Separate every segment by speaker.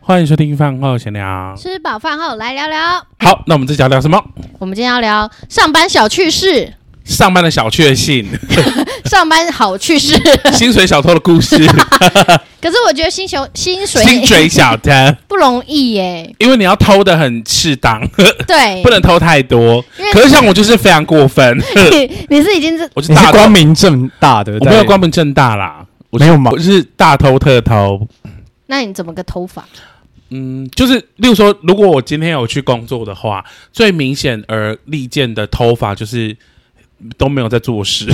Speaker 1: 欢迎收听饭后闲聊。
Speaker 2: 吃饱饭后来聊聊。
Speaker 1: 好，那我们这集要聊什么？
Speaker 2: 我们今天要聊上班小趣 事，
Speaker 1: 上班的小确幸，
Speaker 2: 上班好趣事。
Speaker 1: 薪水小偷的故事，
Speaker 2: 可是我觉得薪水薪水
Speaker 1: 薪水小偷，
Speaker 2: 不容易耶，
Speaker 1: 因为你要偷的很适当，
Speaker 2: 对，
Speaker 1: 不能偷太多。
Speaker 2: 因为
Speaker 1: 可是像我就是非常过分，
Speaker 2: 你 你是已经是
Speaker 1: 我是
Speaker 3: 你
Speaker 1: 大
Speaker 3: 是
Speaker 1: 偷
Speaker 3: 光，明正大的，
Speaker 1: 我没有光明正大啦，我是
Speaker 3: 没有吗
Speaker 1: 我是大偷特偷。
Speaker 2: 那你怎么个偷法？
Speaker 1: 嗯，就是例如说，如果我今天有去工作的话，最明显而利见的偷法就是都没有在做事，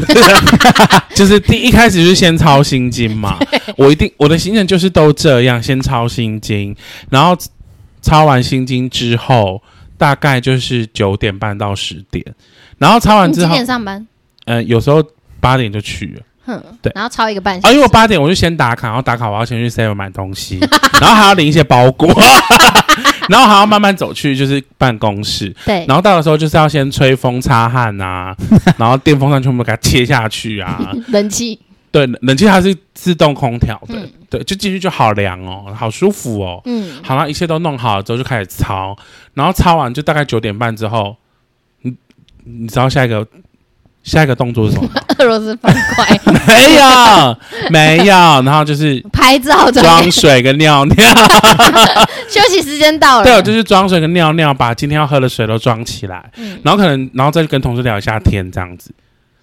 Speaker 1: 就是第一开始就是先抄心经嘛，我一定我的行程就是都这样，先抄心经，然后抄完心经之后，大概就是九点半到十点，然后抄
Speaker 2: 啊
Speaker 1: 完
Speaker 2: 你
Speaker 1: 之
Speaker 2: 几
Speaker 1: 后，
Speaker 2: 点上班？
Speaker 1: 嗯、有时候八点就去了。
Speaker 2: 哼，
Speaker 1: 对
Speaker 2: 然后超一个半小
Speaker 1: 啊，
Speaker 2: 时。
Speaker 1: 因为我八点我就先打卡，然后打卡我要先去 Seven 买东西，然后还要领一些包裹， 然后还要慢慢走去就是办公室，
Speaker 2: 对，
Speaker 1: 然后到的时候就是要先吹风擦汗啊，然后电风扇全部给它切下去啊，
Speaker 2: 人气
Speaker 1: 对，冷气它是自动空调的，
Speaker 2: 嗯
Speaker 1: 对，就进去就好凉哦，好舒服哦。
Speaker 2: 嗯，
Speaker 1: 好了，一切都弄好了之后就开始操，然后操完就大概九点半之后，你你知道下一个下一个动作是什么吗？
Speaker 2: 俄罗斯方块
Speaker 1: 没有，没有，然后就是
Speaker 2: 拍照照
Speaker 1: 装水跟尿 尿，
Speaker 2: 休息时间到了。
Speaker 1: 对，我就是装水跟尿尿，把今天要喝的水都装起来，
Speaker 2: 嗯
Speaker 1: 然后可能，然后再去跟同事聊一下天，这样子，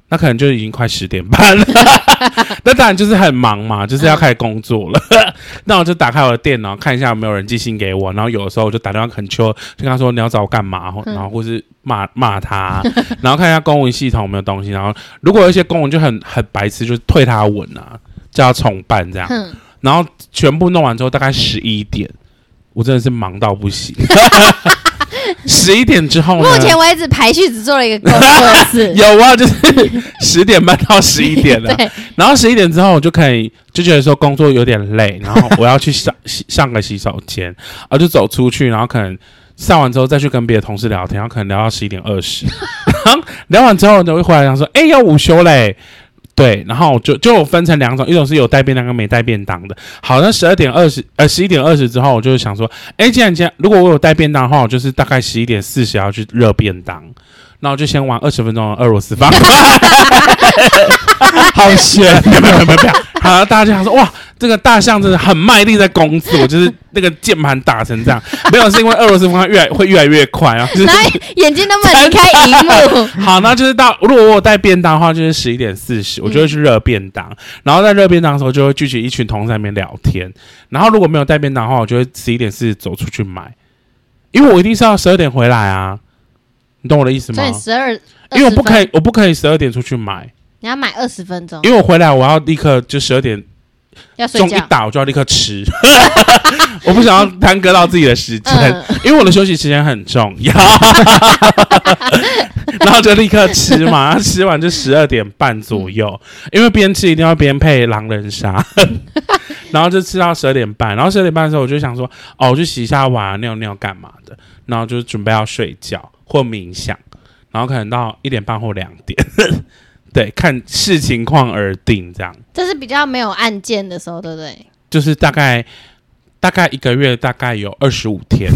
Speaker 1: 那可能就已经快十点半了， 那当然就是很忙嘛，就是要开始工作了， 那我就打开我的电脑看一下有没有人寄信给我，然后有的时候我就打电话恳求，就跟他说你要找我干嘛，或然后或是骂骂他， 然后看一下公文系统有没有东西，然后如果有一些公文就很很白痴，就是退他文啊，叫他重办这样，
Speaker 2: 哼，
Speaker 1: 然后全部弄完之后大概十一点，我真的是忙到 不行。十一点之后呢？
Speaker 2: 目前为止排序只做了一个工作 室。
Speaker 1: 有啊，就是十点半到十一点了。
Speaker 2: 对，
Speaker 1: 然后十一点之后，我就可以就觉得说工作有点累，然后我要去上洗上个洗手间，啊，就走出去，然后可能上完之后再去跟别的同事聊天，然后可能聊到十一点二十，然后聊完之后呢，我就回来想说，哎、要午休嘞。对，然后我就就我分成两种，一种是有带便当跟没带便当的。好，那十二点二十，呃，十一点二十之后，我就想说，哎，既然这样，如果我有带便当的话，我就是大概十一点四十要去热便当，那我就先玩二十分钟的俄罗斯 方块。
Speaker 3: 好险，
Speaker 1: 没有没有没有没有，好，大家就想说哇，这个大象真的很卖力在工作，就是那个键盘打成这样，没有是因为俄罗斯方块越来会越来越快啊，就是
Speaker 2: 然 后眼睛都不能离开荧 幕。
Speaker 1: 好，那就是到如果我有带便当的话，就是十一点四十，
Speaker 2: 嗯
Speaker 1: 我就会去热便当，然后在热便当的时候就会聚集一群同事在那边聊天，然后如果没有带便当的话，我就会十一点四十走出去买，因为我一定是要十二点回来啊，你懂我的意思吗
Speaker 2: 所以？十二，
Speaker 1: 因为我不可
Speaker 2: 以，
Speaker 1: 以，我不可以十二点出去买，
Speaker 2: 你要买二十分钟，
Speaker 1: 因为我回来我要立刻就十二点
Speaker 2: 要睡
Speaker 1: 钟一
Speaker 2: 觉。
Speaker 1: 打我就要立刻吃， 我不想要耽搁到自己的时间，
Speaker 2: 嗯
Speaker 1: 因为我的休息时间很重 要，然后就立刻吃嘛，然后吃完就十二点半左右，因为边吃一定要边配狼人杀， 然后就吃到十二点半，然后十二点半的时候我就想说，哦，我去洗一下碗、尿尿干嘛的，然后就准备要睡觉或冥想，然后可能到一点半或两点， 对，看视情况而定这样。
Speaker 2: 这是比较没有案件的时候，对不 对？
Speaker 1: 就是大概大概一个月大概有二十五天，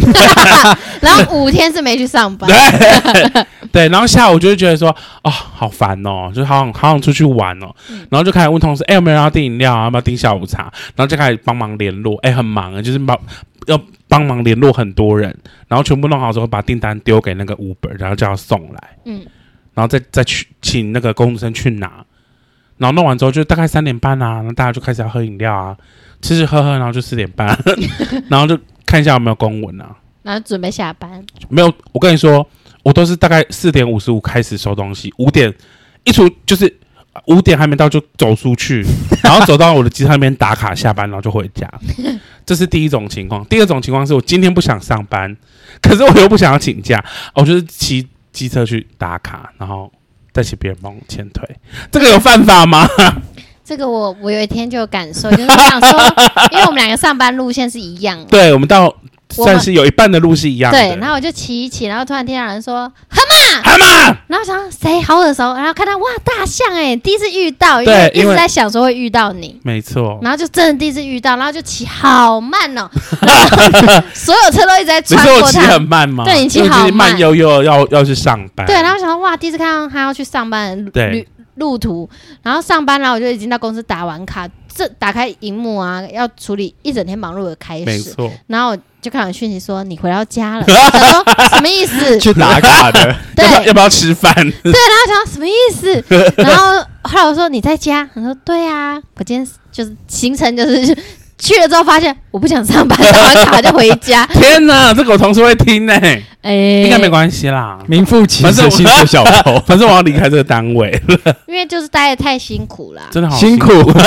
Speaker 2: 然后五天是没去上班，
Speaker 1: 对对， 然后下午就会觉得说，哦，好烦哦，就好想好想出去玩哦，
Speaker 2: 嗯
Speaker 1: 然后就开始问同事，哎、有没有人要订饮料啊？要不要订下午茶？然后就开始帮忙联络，哎、很忙啊，就是帮要帮忙联络很多人，然后全部弄好之后，把订单丢给那个 Uber，然后叫他送来，
Speaker 2: 嗯，
Speaker 1: 然后再再去请那个工读生去拿。然后弄完之后就大概三点半啊，然后大家就开始要喝饮料啊，吃吃喝喝，然后就四点半， 然后就看一下有没有公文啊，
Speaker 2: 然后准备下班，
Speaker 1: 没有，我跟你说，我都是大概四点五十五开始收东西，五点一出就是五点还没到就走出去， 然后走到我的机车那边打卡下班，然后就回家。这是第一种情况。第二种情况是我今天不想上班，可是我又不想要请假，我就是骑机车去打卡，然后再请别人帮我前推，这个有犯法吗？
Speaker 2: 这个我 我有一天就有感受，就是我想说，因为我们两个上班路线是一样的，
Speaker 1: 对，我们到
Speaker 2: 我们
Speaker 1: 算是有一半的路是一样的。
Speaker 2: 对，然后我就骑一骑，然后突然听到有人说，
Speaker 1: 阿妈，
Speaker 2: 然后想谁好耳熟，然后看到哇大象哎、第一次遇到，
Speaker 1: 对
Speaker 2: 为一
Speaker 1: 因为
Speaker 2: 直在想说会遇到你。
Speaker 1: 没错，
Speaker 2: 然后就真的第一次遇到，然后就骑好慢 哦，然后 所有车都一直在
Speaker 1: 你
Speaker 2: 穿
Speaker 1: 说我
Speaker 2: 过
Speaker 1: 骑
Speaker 2: 它。
Speaker 1: 很慢吗？
Speaker 2: 对你骑
Speaker 1: 因为就是
Speaker 2: 好慢
Speaker 1: 慢悠悠要要去上班。
Speaker 2: 对，然后想说哇，第一次看到他要去上班的
Speaker 1: 对
Speaker 2: 旅路途，然后上班，然后我就已经到公司打完卡，这打开荧幕啊，要处理一整天忙碌的开
Speaker 1: 没
Speaker 2: 始，
Speaker 1: 错，
Speaker 2: 然后我就看到有讯息说你回到家 了，想说什么意思？
Speaker 3: 去打卡的，
Speaker 2: 对，
Speaker 1: 要不要
Speaker 2: 对，
Speaker 1: 要不要吃饭？
Speaker 2: 然后想说什么意思？ 然后后来我说你在家，他说对啊，我今天就是行程就是去了之后发现我不想上班，打完卡就回家，
Speaker 1: 天哪，这个我同事会听呢，
Speaker 2: 哎、
Speaker 1: 应该没关系啦。，
Speaker 3: 名副其实的薪 水小偷
Speaker 1: 反正我要离开这个单位，
Speaker 2: 因为就是待的太辛苦了，
Speaker 1: 真的好
Speaker 3: 辛
Speaker 1: 苦。
Speaker 3: 苦。
Speaker 2: 啊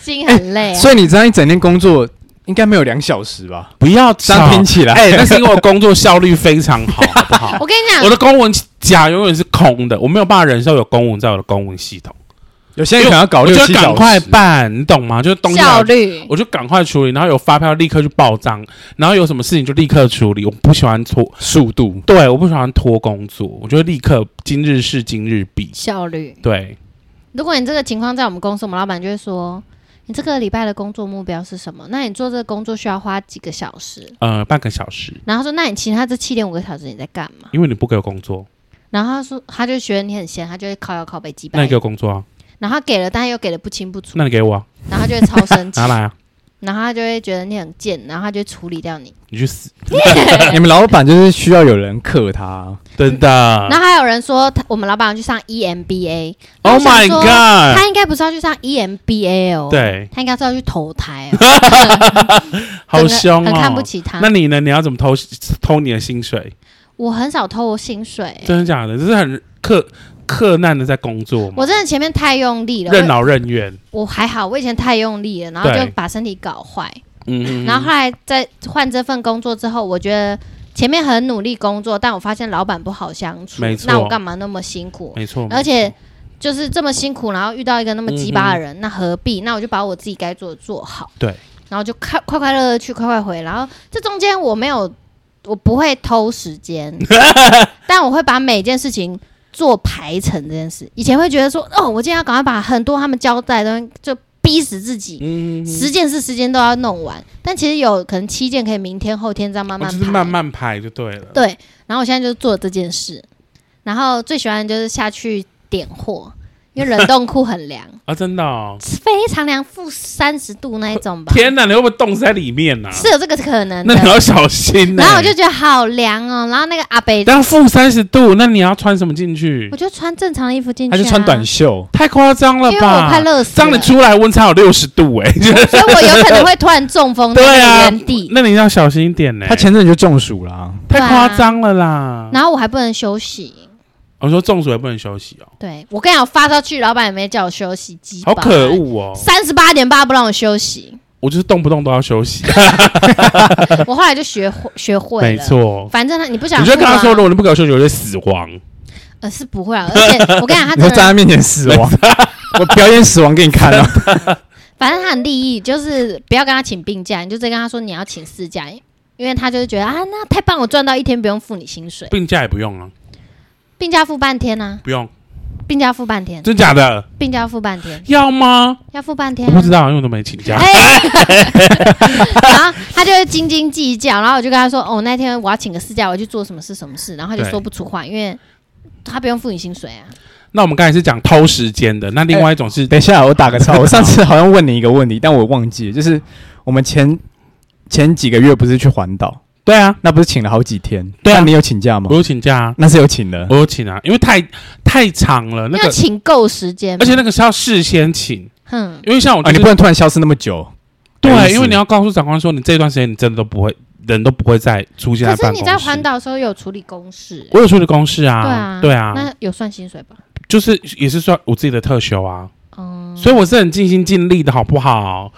Speaker 2: 心很
Speaker 1: 哎
Speaker 2: 累、啊。
Speaker 3: 所以你这样一整天工作，应该没有两小时吧？
Speaker 1: 不要
Speaker 3: 这样
Speaker 1: 吵
Speaker 3: 听起来，
Speaker 1: 哎，那是因为我工作效率非常好，好 不好？
Speaker 2: 我跟你讲
Speaker 1: 我，的公文夹永远是空的，我没有办法忍受有公文在我的公文系统，
Speaker 3: 有些人可能要搞
Speaker 1: 我
Speaker 3: 六
Speaker 1: 就
Speaker 3: 七
Speaker 1: 赶
Speaker 3: 小
Speaker 1: 快
Speaker 3: 时。
Speaker 1: 办，你懂吗？就是东西来
Speaker 2: 效率，
Speaker 1: 我就赶快处理，然后有发票立刻去报账，然后有什么事情就立刻处理。我不喜欢拖，
Speaker 3: 速度，
Speaker 1: 对，我不喜欢拖工作，我就立刻今日事今日毕。
Speaker 2: 效率。
Speaker 1: 对，
Speaker 2: 如果你这个情况在我们公司，我们老板就会说，你这个礼拜的工作目标是什么？那你做这个工作需要花几个小时？
Speaker 1: 呃，半个小时，
Speaker 2: 然后他说，那你其他这七点五个小时你在干嘛？
Speaker 1: 因为你不给我工作，
Speaker 2: 然后他说，他就觉得你很闲，他就会靠腰靠背击
Speaker 1: 那
Speaker 2: 败
Speaker 1: 你给。我工作啊，
Speaker 2: 然后他给了，但又给的不清不楚，
Speaker 1: 那你给我、啊，
Speaker 2: 然后他就会超生气
Speaker 1: 拿，来啊，
Speaker 2: 然后他就会觉得你很贱，然后他就会处理掉 你。
Speaker 1: 你去死，
Speaker 3: 你们老板就是需要有人克
Speaker 2: 啊
Speaker 3: 他，
Speaker 1: 真的
Speaker 2: 然后还有人说，他我们老板要去上 E EMBA。然
Speaker 1: ，Oh my
Speaker 2: 后我想说
Speaker 1: god，
Speaker 2: 他应该不是要去上 E EMBA 哦，，
Speaker 1: 对，
Speaker 2: 他应该是要去投胎哦，
Speaker 1: 好
Speaker 2: 真的
Speaker 1: 凶
Speaker 2: 很看不
Speaker 1: 哦。
Speaker 2: 起他。
Speaker 1: 那你呢？你要怎么偷偷你的薪水？
Speaker 2: 我很少偷我薪水、
Speaker 1: 真的假的？这是很克克难的在工作吗
Speaker 2: 我？真的前面太用力了，
Speaker 1: 任
Speaker 2: 我
Speaker 1: 劳任怨。
Speaker 2: 我还好，我以前太用力了，然后
Speaker 1: 对
Speaker 2: 就把身体搞坏。
Speaker 1: 嗯
Speaker 2: 然后后来在换这份工作之后，我觉得前面很努力工作，但我发现老板不好相处
Speaker 1: 没，错
Speaker 2: 那我干嘛那么辛苦？
Speaker 1: 没错，嗯
Speaker 2: 而且就是这么辛苦，然后遇到一个那么鸡巴的人，那何必？那我就把我自己该做的做好。
Speaker 1: 对，
Speaker 2: 然后就快快快乐乐去，快快回。然后这中间我没有，我不会偷时 间，但我会把每件事情。做排程这件事，以前会觉得说，哦，我今天要赶快把很多他们交代的东西，就逼死自己，
Speaker 1: 嗯
Speaker 2: 十件事十件都要弄完。但其实有可能七件可以明天后天这样慢
Speaker 1: 我
Speaker 2: 慢
Speaker 1: 哦就
Speaker 2: 排，
Speaker 1: 是慢慢排就对了。
Speaker 2: 对，然后我现在就做这件事，然后最喜欢就是下去点货，因为冷冻库很 凉，
Speaker 1: 啊，真的、哦！
Speaker 2: 非常凉，负三十度那一种吧，
Speaker 1: 天哪，你会不会冻死在里面呐、啊？
Speaker 2: 是有这个可能
Speaker 1: 那你
Speaker 2: 的。
Speaker 1: 要小心、欸。
Speaker 2: 然后我就觉得好凉哦，然后那个阿北，
Speaker 1: 当负三十度，那你要穿什么进去
Speaker 2: 我？就穿正常的衣服进去、
Speaker 3: 他
Speaker 2: 啊，
Speaker 3: 就穿短袖，
Speaker 1: 太夸张了
Speaker 2: 因为我快
Speaker 1: 吧！
Speaker 2: 热死
Speaker 1: 这样你
Speaker 2: 了，
Speaker 1: 出来温差有六十度哎、
Speaker 2: 所以我有可能会突然中风在
Speaker 1: 对啊
Speaker 2: 原地，
Speaker 1: 那你要小心一点呢、
Speaker 3: 他前阵子就中暑啦。
Speaker 1: 太夸张了啦！
Speaker 2: 然后我还不能休息。
Speaker 1: 我说中暑也不能休息哦，
Speaker 2: 对我跟你讲，我发烧去，老板也没叫我休息，鸡
Speaker 1: 好
Speaker 2: 巴
Speaker 1: 可！恶哦！
Speaker 2: 三十八点八不让我休 息，
Speaker 1: 我就是动不动都要休息，啊
Speaker 2: 我后来就学会学会了，
Speaker 1: 没错。
Speaker 2: 反正他你不想
Speaker 1: 你
Speaker 2: 付
Speaker 1: 就
Speaker 2: 啊，
Speaker 1: 跟他说，如果你不给我休息，我就死亡。
Speaker 2: 呃是不会啊，而 且我跟你讲，他
Speaker 3: 你说
Speaker 2: 真
Speaker 3: 在他
Speaker 2: 的，
Speaker 3: 面前死 亡，我表演死亡给你看啊！
Speaker 2: 反正他很利益，就是不要跟他请病假，你就直接跟他说你要请事假，因为他就是觉得啊，那太棒，我赚到一天不用付你薪水，
Speaker 1: 病假也不用啊，
Speaker 2: 病假付半天啊，
Speaker 1: 不用，
Speaker 2: 病假付半天，
Speaker 1: 真假的？
Speaker 2: 病假付半天，
Speaker 1: 要吗？
Speaker 2: 要付半天、
Speaker 1: 我
Speaker 2: 啊，
Speaker 1: 不知道，因为我都没请假。
Speaker 2: 哎， 然后他就会斤斤计较，然后我就跟他说：“哦，那天我要请个事假，我去做什么事什么事。”然后他就
Speaker 1: 对
Speaker 2: 说不出话，因为他不用付你薪水啊。
Speaker 1: 那我们刚才是讲偷时间的，那另外一种是
Speaker 2: 哎
Speaker 3: 等一下，我打个岔，我上次好像问你一个问题，但我忘记了，就是我们前前几个月不是去环岛，
Speaker 1: 对
Speaker 2: 哦
Speaker 1: 啊，
Speaker 3: 那不是请了好几天？
Speaker 1: 对啊
Speaker 3: 那你有请假吗
Speaker 1: 我？有请假啊，
Speaker 3: 那是有请的，
Speaker 1: 我有请啊，因为太太长了，那
Speaker 2: 嗯要
Speaker 1: 个
Speaker 2: 请够时间嘛，嗯
Speaker 1: 而且那个是要事先请，
Speaker 2: 哼，
Speaker 1: 因为像我哦
Speaker 3: 啊，
Speaker 1: 就
Speaker 3: 你
Speaker 1: 是、
Speaker 3: 不能突然消失那么久。
Speaker 2: 哎
Speaker 3: 没意
Speaker 1: 对，啊
Speaker 3: 思
Speaker 1: 因为你要告诉长官说，你这段时间你真的都不会，人都不会再出现
Speaker 2: 可
Speaker 1: 在
Speaker 2: 是
Speaker 1: 办公室。
Speaker 2: 你在环，岛的时候有处理公事、
Speaker 1: 我有处理公事啊，
Speaker 2: 对
Speaker 1: 对
Speaker 2: 啊
Speaker 1: 啊，，
Speaker 2: 那有算薪水吧？
Speaker 1: 就是也是算我自己的特休啊，
Speaker 2: 嗯，
Speaker 1: 所以我是很尽心尽力的，好不好？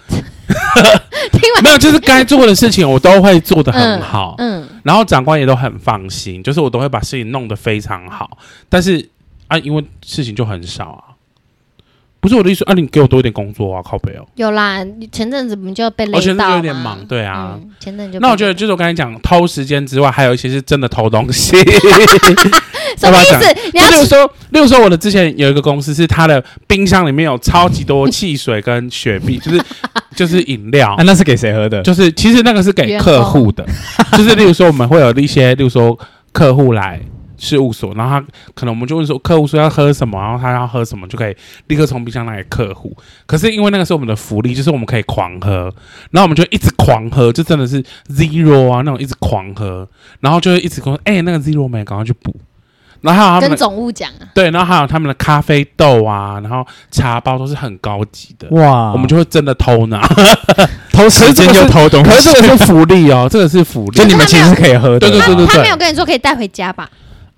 Speaker 2: 听完
Speaker 1: 没有，就是该做的事情我都会做得很好，
Speaker 2: 嗯，
Speaker 1: 然后长官也都很放心，就是我都会把事情弄得非常好，但是啊，因为事情就很少啊，不是我的意思啊，你给我多一点工作啊，靠北哦。
Speaker 2: 有啦，你前阵子不就被
Speaker 1: 我
Speaker 2: 勒
Speaker 1: 哦前阵
Speaker 2: 到
Speaker 1: 子
Speaker 2: 吗
Speaker 1: 有点忙，对啊。
Speaker 2: 嗯，前阵子就
Speaker 1: 那我觉
Speaker 2: 被
Speaker 1: 得就是我刚才讲偷时间之外，还有一些是真的偷东西。
Speaker 2: 什么意思？你
Speaker 1: 就
Speaker 2: 要
Speaker 1: 例如说，例如说，我的之前有一个公司是它的冰箱里面有超级多汽水跟雪碧，就是就是饮料
Speaker 3: 啊，，那是给谁喝的？
Speaker 1: 就是其实那个是给客户的，就是例如说我们会有一些，例如说客户来事务所，然后他可能我们就问说客户说要喝什么，然后他要喝什么就可以立刻从冰箱拿给客户。可是因为那个是我们的福利，就是我们可以狂喝，然后我们就一直狂喝，就真的是 zero 啊那种一直狂喝，然后就会一直跟我说哎、那个 zero 没，赶快去补。然后还有他们
Speaker 2: 跟
Speaker 1: 的
Speaker 2: 总务讲啊，
Speaker 1: 对，然后还有他们的咖啡豆啊，然后茶包都是很高级的，
Speaker 3: 哇，
Speaker 1: 我们就会真的偷拿。
Speaker 3: 偷时间就偷东
Speaker 1: 可
Speaker 3: 西
Speaker 1: 是，这个是福利 哦，这个是福利。
Speaker 3: 就你们其实是可以喝的。
Speaker 1: 对对
Speaker 2: 他
Speaker 1: 对对
Speaker 2: 他
Speaker 1: 对
Speaker 2: 没有跟你说可以带回家吧？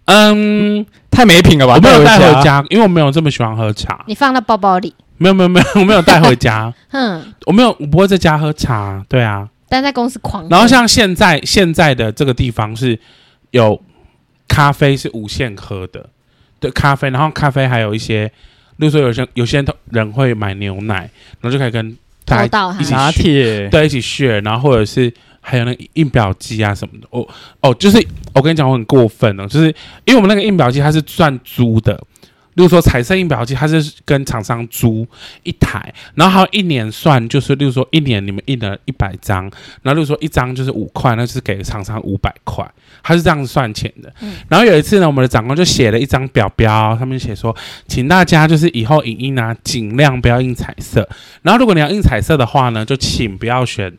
Speaker 1: 嗯，
Speaker 3: 太没品了吧？
Speaker 1: 我没有带回
Speaker 3: 家，
Speaker 1: 家，因为我没有这么喜欢喝茶。
Speaker 2: 你放到包包里，
Speaker 1: 没有没有 没有，我没有带回家，
Speaker 2: 哼，
Speaker 1: 我没有，我不会在家喝茶。对啊，
Speaker 2: 但在公司狂喝。
Speaker 1: 然后像现在现在的这个地方是有咖啡是无限喝的，对咖啡，然后咖啡还有一些，例如说有些有些人会买牛奶，然后就可以跟大
Speaker 2: 偷
Speaker 1: 家
Speaker 2: 到哈
Speaker 1: 一，起
Speaker 3: 拿铁，
Speaker 1: 对，一起 share，然后或者是还有那个印表机啊什么的。哦哦，就是我跟你讲，我很过分哦，就是因为我们那个印表机它是算租的，例如说彩色印表机，它是跟厂商租一台，然后还有一年算，就是例如说一年你们印了一百张，然后例如说一张就是五块，那就是给厂商五百块，它是这样算钱的。
Speaker 2: 嗯
Speaker 1: 然后有一次呢，我们的长官就写了一张表标，上面写说，请大家就是以后影印啊，尽量不要印彩色。然后如果你要印彩色的话呢，就请不要选，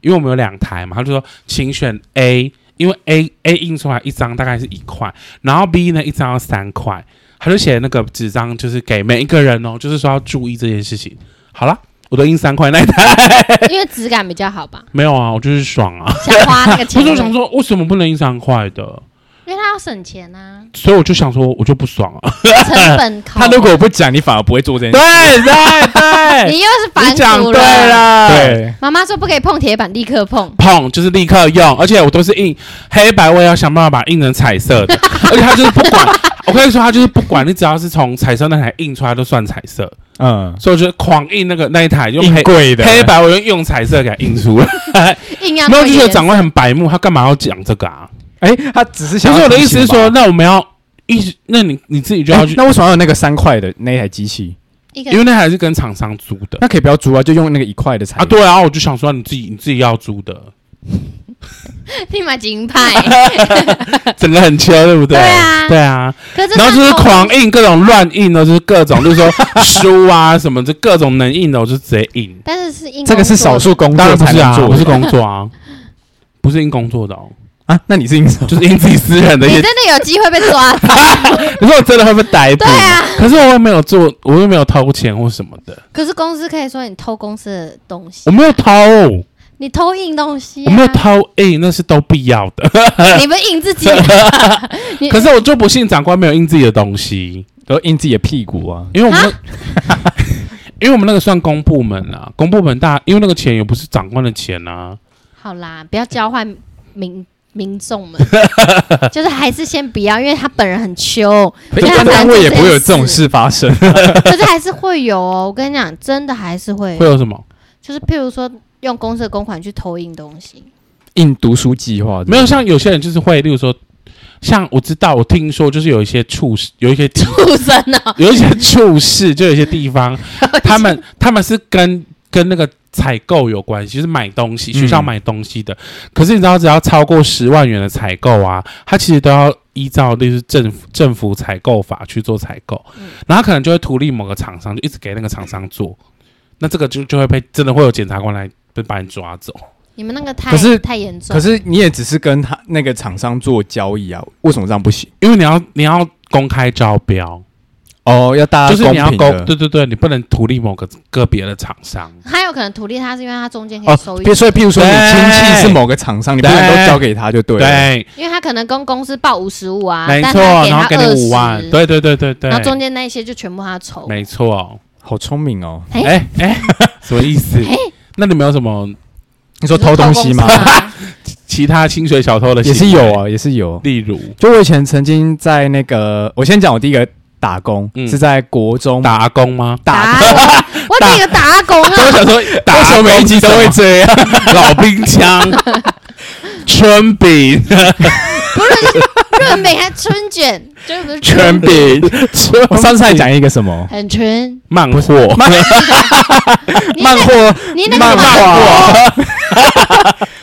Speaker 1: 因为我们有两台嘛，他就说请选 A，因为 A A 印出来一张大概是一块，然后 B 呢一张要三块，他就写那个纸张就是给每一个人哦，就是说要注意这件事情。好了，我都印三块那一台，
Speaker 2: 因为质感比较好 吧，
Speaker 1: 没有啊，我就是 爽啊。
Speaker 2: 想花那个
Speaker 1: 不
Speaker 2: 钱
Speaker 1: 是，我想说为什么不能印三块的？
Speaker 2: 因为他要省钱啊，
Speaker 1: 所以我就想说，我就不爽啊！
Speaker 2: 成本 考啊
Speaker 3: 他
Speaker 2: 量。
Speaker 3: 如果不讲，你反而不会做这件
Speaker 1: 对
Speaker 3: 事。
Speaker 1: 对 对，
Speaker 2: 你又是
Speaker 1: 哎
Speaker 2: 反
Speaker 1: 你讲
Speaker 2: 骨
Speaker 1: 对了，，
Speaker 3: 对，
Speaker 2: 妈妈说不可以碰铁板，立刻碰。
Speaker 1: 碰就是立刻用，而且我都是印黑白，我也要想办法把它印成彩色的， 而且他就是不管。我跟你说，他就是不管你，只要是从彩色那台印出来都算彩色，
Speaker 3: 嗯，
Speaker 1: 所以我就狂印那个那一台，用
Speaker 3: 硬
Speaker 1: 黑
Speaker 3: 贵的
Speaker 1: 黑白，我用用彩色给它印出来。
Speaker 2: 硬要
Speaker 1: 没有，就
Speaker 2: 做
Speaker 1: 觉得
Speaker 2: 颜色
Speaker 1: 长官很白目，他干嘛要讲这个啊？
Speaker 3: 哎，他只是
Speaker 1: 其
Speaker 3: 想。
Speaker 1: 实我的意思是说，，那我们要一，那你你自己就要
Speaker 3: 哎
Speaker 1: 去，
Speaker 3: 那为什么要有那个三块的那一台机器？
Speaker 2: 一个
Speaker 1: 因为那台是跟厂商租的。
Speaker 3: 那可以不要租啊，就用那个一块的材
Speaker 1: 啊，对啊，我就想说你自己你自己要租的，
Speaker 2: 立马金牌，
Speaker 1: 整个很秋，对不对？
Speaker 2: 对啊
Speaker 1: 对啊，
Speaker 2: 可是
Speaker 1: 然后就是
Speaker 2: 他
Speaker 1: 狂印各种乱印的，就是各种，就是说书啊什么，就各种能印的，我就直接印。
Speaker 2: 但是是硬
Speaker 3: 这个是少数工
Speaker 1: 当
Speaker 3: 作
Speaker 1: 然不
Speaker 3: 才
Speaker 1: 是
Speaker 3: 能
Speaker 1: 啊，
Speaker 3: 做
Speaker 1: 不
Speaker 3: 的
Speaker 1: 是工作啊，不是印工作的哦，
Speaker 3: 啊，那你是硬
Speaker 1: 就是印自己私人的
Speaker 2: 工作。
Speaker 1: 一
Speaker 2: 你
Speaker 1: 些。
Speaker 2: 真的有机会被 抓，
Speaker 1: 你说我真的会被逮捕？
Speaker 2: 对啊。
Speaker 1: 可是我又没有做，我又没有偷钱或什么的，
Speaker 2: 可是公司可以说你偷公司的东西
Speaker 1: 我，没有偷，
Speaker 2: 你偷硬东西、啊，
Speaker 1: 我没有偷印，那是都必要的。
Speaker 2: 你不是硬自己？啊 你
Speaker 1: 可是我就不信长官没有印自己的东西。
Speaker 3: 都印自己的屁股啊。
Speaker 1: 因为我们那， 因为我们那个算公部门啊，公部门大，因为那个钱也不是长官的钱啊，
Speaker 2: 好啦，不要交换民民众们，就是还是先不要，因为他本人很穷，
Speaker 3: 一
Speaker 2: 对啊
Speaker 3: 般单位也不会
Speaker 2: 反
Speaker 3: 有这
Speaker 2: 正
Speaker 3: 种
Speaker 2: 就是
Speaker 3: 事发生。
Speaker 2: 可是还是会有哦。我跟你讲，真的还是会，
Speaker 1: 会有什么？
Speaker 2: 就是譬如说用公司的公款去偷印东 西，
Speaker 3: 印读书计划
Speaker 1: 没有像有些人就是会，例如说，像我知道，我听说就是有一些处事，有一些地
Speaker 2: 畜生哦，
Speaker 1: 有一些处事，就有一些地方，他们他们是跟跟那个采购有关系，就是买东西，
Speaker 3: 嗯
Speaker 1: 学校买东西的。可是你知道，只要超过十万元的采购啊，他其实都要依照类似政府政府采购法去做采购，
Speaker 2: 嗯
Speaker 1: 然后他可能就会图利某个厂商，就一直给那个厂商做，那这个就就会被真的会有检察官来被把你抓走。
Speaker 2: 你们那个太
Speaker 3: 可是
Speaker 2: 太严重，
Speaker 3: 可是你也只是跟他那个厂商做交易啊，为什么这样不行？
Speaker 1: 因为你要你要公开招标，
Speaker 3: 哦，要大
Speaker 1: 就是你要
Speaker 3: 公
Speaker 1: 公对对对，你不能图利某个个别的厂商。
Speaker 2: 他有可能图利他是因为他中间可
Speaker 3: 哦
Speaker 2: 以收，益
Speaker 3: 比，如说，譬如说你
Speaker 1: 对
Speaker 3: 亲戚是某个厂商，你不能
Speaker 1: 对
Speaker 3: 都交给他就对了。
Speaker 1: 对，
Speaker 2: 因为他可能跟公司报五十五啊，
Speaker 1: 没
Speaker 2: 但
Speaker 1: 错，
Speaker 2: 他
Speaker 1: 然后
Speaker 2: 给
Speaker 1: 给
Speaker 2: 他
Speaker 1: 你五万，
Speaker 2: 20，
Speaker 1: 对对啊对对对，
Speaker 2: 然后中间那一些就全部他筹，
Speaker 1: 没错，
Speaker 3: 好聪明哦！
Speaker 2: 哎
Speaker 1: 哎 哎，什么意思？那你们有什么
Speaker 3: 你
Speaker 2: 就
Speaker 3: 说偷东西吗？
Speaker 2: 啊
Speaker 1: 其他薪水小偷的？
Speaker 3: 啊 也是有，啊，也是有。
Speaker 1: 例如
Speaker 3: 就我以前曾经在那个，我先讲我第一个打工，
Speaker 1: 嗯
Speaker 3: 是在国中
Speaker 1: 打阿公吗？
Speaker 3: 打
Speaker 2: 打工， 我那个打工
Speaker 1: 我
Speaker 2: 啊，
Speaker 1: 想说，打
Speaker 3: 为什么每一集都会
Speaker 1: 这样？老兵枪、 春 饼、
Speaker 2: 不是润饼还春卷，就不是
Speaker 1: 春饼、春
Speaker 3: 我上次还讲一个什么
Speaker 2: 很纯。
Speaker 1: 漫 货，
Speaker 2: 你
Speaker 3: 漫
Speaker 2: 那
Speaker 3: 画，
Speaker 2: 你那
Speaker 3: 漫
Speaker 2: 个
Speaker 3: 画
Speaker 2: 嘛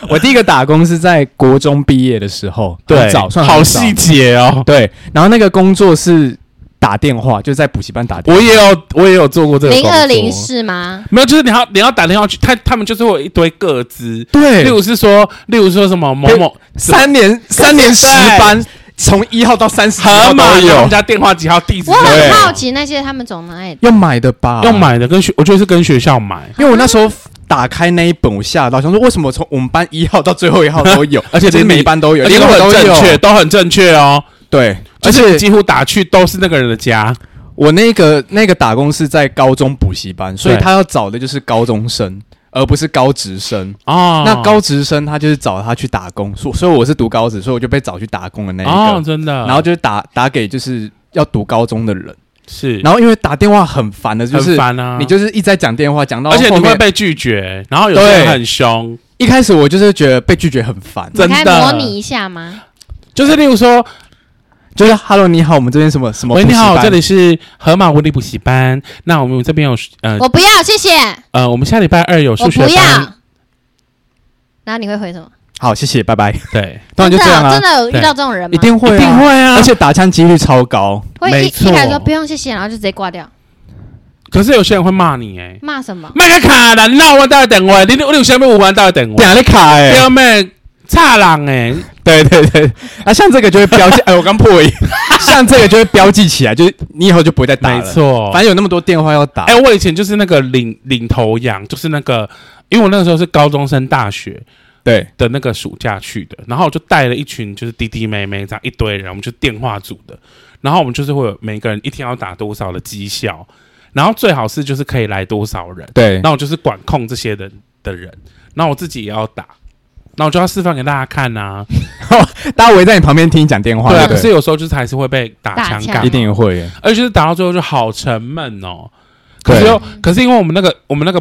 Speaker 3: 我第一个打工是在国中毕业的时候，
Speaker 1: 对
Speaker 3: 很早，算很
Speaker 1: 好
Speaker 3: 早
Speaker 1: 细节哦。
Speaker 3: 对，然后那个工作是打电话，就在补习班打电
Speaker 1: 我
Speaker 3: 话。
Speaker 1: 也有，我也有做过这个工
Speaker 2: 零
Speaker 1: 作
Speaker 2: 二零是吗？
Speaker 1: 没有，就是你要你要打电话去，他他们就是会有一堆个资，
Speaker 3: 对
Speaker 1: 例如是说，例如说什么某某
Speaker 3: 三年三年十班，从一号到三十
Speaker 1: 河
Speaker 3: 号
Speaker 1: 马
Speaker 3: 都
Speaker 1: 他
Speaker 3: 有
Speaker 1: 们，家电话几号地址
Speaker 2: 我，很
Speaker 1: 对
Speaker 2: 好奇那些他们从哪里
Speaker 3: 要买的吧？
Speaker 1: 要，买的跟学，我觉得是跟学校买，，
Speaker 3: 因为我那时候打开那一本，我吓到，想说为什么从我们班一号到最后一号都有
Speaker 1: 而且
Speaker 3: 其实每一班都有，
Speaker 1: 而且
Speaker 3: 连
Speaker 1: 都
Speaker 3: 我
Speaker 1: 很
Speaker 3: 都
Speaker 1: 正确，
Speaker 3: 有。
Speaker 1: 都很正确哦，
Speaker 3: 对，
Speaker 1: 就
Speaker 3: 而
Speaker 1: 是你
Speaker 3: 且
Speaker 1: 几乎打去都是那个人的家，
Speaker 3: 我那个那个打工是在高中补习班，所以
Speaker 1: 对
Speaker 3: 他要找的就是高中生，而不是高职生。
Speaker 1: 哦，
Speaker 3: 那啊高职生他就是找他去打工，所所以我是读高职，所以我就被找去打工的那一
Speaker 1: 哦，
Speaker 3: 个，
Speaker 1: 真的，
Speaker 3: 然后就是打打给就是要读高中的人，
Speaker 1: 是，
Speaker 3: 然后因为打电话很烦的，就
Speaker 1: 很
Speaker 3: 是
Speaker 1: 烦啊，
Speaker 3: 你就是一直在讲电话，讲到
Speaker 1: 而且
Speaker 3: 后
Speaker 1: 你会
Speaker 3: 面
Speaker 1: 被拒绝，然后有些人
Speaker 3: 对
Speaker 1: 很凶，
Speaker 3: 一开始我就是觉得被拒绝很烦，
Speaker 1: 真的
Speaker 2: 你可以模拟一下吗？
Speaker 1: 就是例如说，
Speaker 3: 就是 Hello 你好，我们这边什么什么
Speaker 1: 喂，
Speaker 3: 补
Speaker 1: 你
Speaker 3: 习
Speaker 1: 好，
Speaker 3: 班
Speaker 1: 这里是河马文理补习班，那我们这边有
Speaker 3: 哎
Speaker 1: 呃
Speaker 2: 我不要，谢谢，
Speaker 1: 呃，我们下礼拜二有
Speaker 2: 哦我
Speaker 1: 数学
Speaker 2: 不要
Speaker 1: 班，。
Speaker 2: 然后你会回什么？
Speaker 3: 好，谢谢，拜拜。
Speaker 1: 对，
Speaker 3: 当然就
Speaker 2: 真
Speaker 3: 这样
Speaker 2: 的
Speaker 3: 啊
Speaker 2: 真，的有遇到这种人
Speaker 3: 一
Speaker 2: 吗？
Speaker 3: 定会
Speaker 1: 一定
Speaker 3: 啊，
Speaker 1: 会啊
Speaker 3: 而，且打枪几率超高，
Speaker 2: 会一
Speaker 1: 没错
Speaker 2: 一开始说不用谢谢，然后就直接挂掉，
Speaker 1: 可是有些人会骂你哎。
Speaker 2: 骂什么？
Speaker 1: 麦克卡啦，那我待等我，你你有啥物有关待等我？
Speaker 3: 点的卡哎、
Speaker 1: 表妹差人哎，
Speaker 3: 对对对，啊，像这个就 会标记，哎，我刚破音，像这个就会标记起来，就是你以后就不会再打了。
Speaker 1: 没错
Speaker 3: 反。正有那么多电话要打。
Speaker 1: 哎、我以前就是那个领领头羊，就是那个，因为我那个时候是高中升大学
Speaker 3: 对，
Speaker 1: 的那个暑假去的，然后我就带了一群就是弟弟妹妹这样一堆人，我们就电话组的，然后我们就是会有每个人一天要打多少的绩效，然后最好是就是可以来多少人，
Speaker 3: 对，
Speaker 1: 那我就是管控这些人的人，那我自己也要打。那我就要示范给大家看啊，
Speaker 3: 大家围在你旁边听你讲电话，
Speaker 1: 对啊，
Speaker 3: 不
Speaker 1: 可是有时候就是还是会被打
Speaker 2: 打
Speaker 1: 枪
Speaker 2: 枪
Speaker 1: 干嘛，
Speaker 3: 一定会。
Speaker 1: 而且就是打到最后就好沉闷哦。可
Speaker 3: 对
Speaker 1: 是又可是因为我们那个我们那个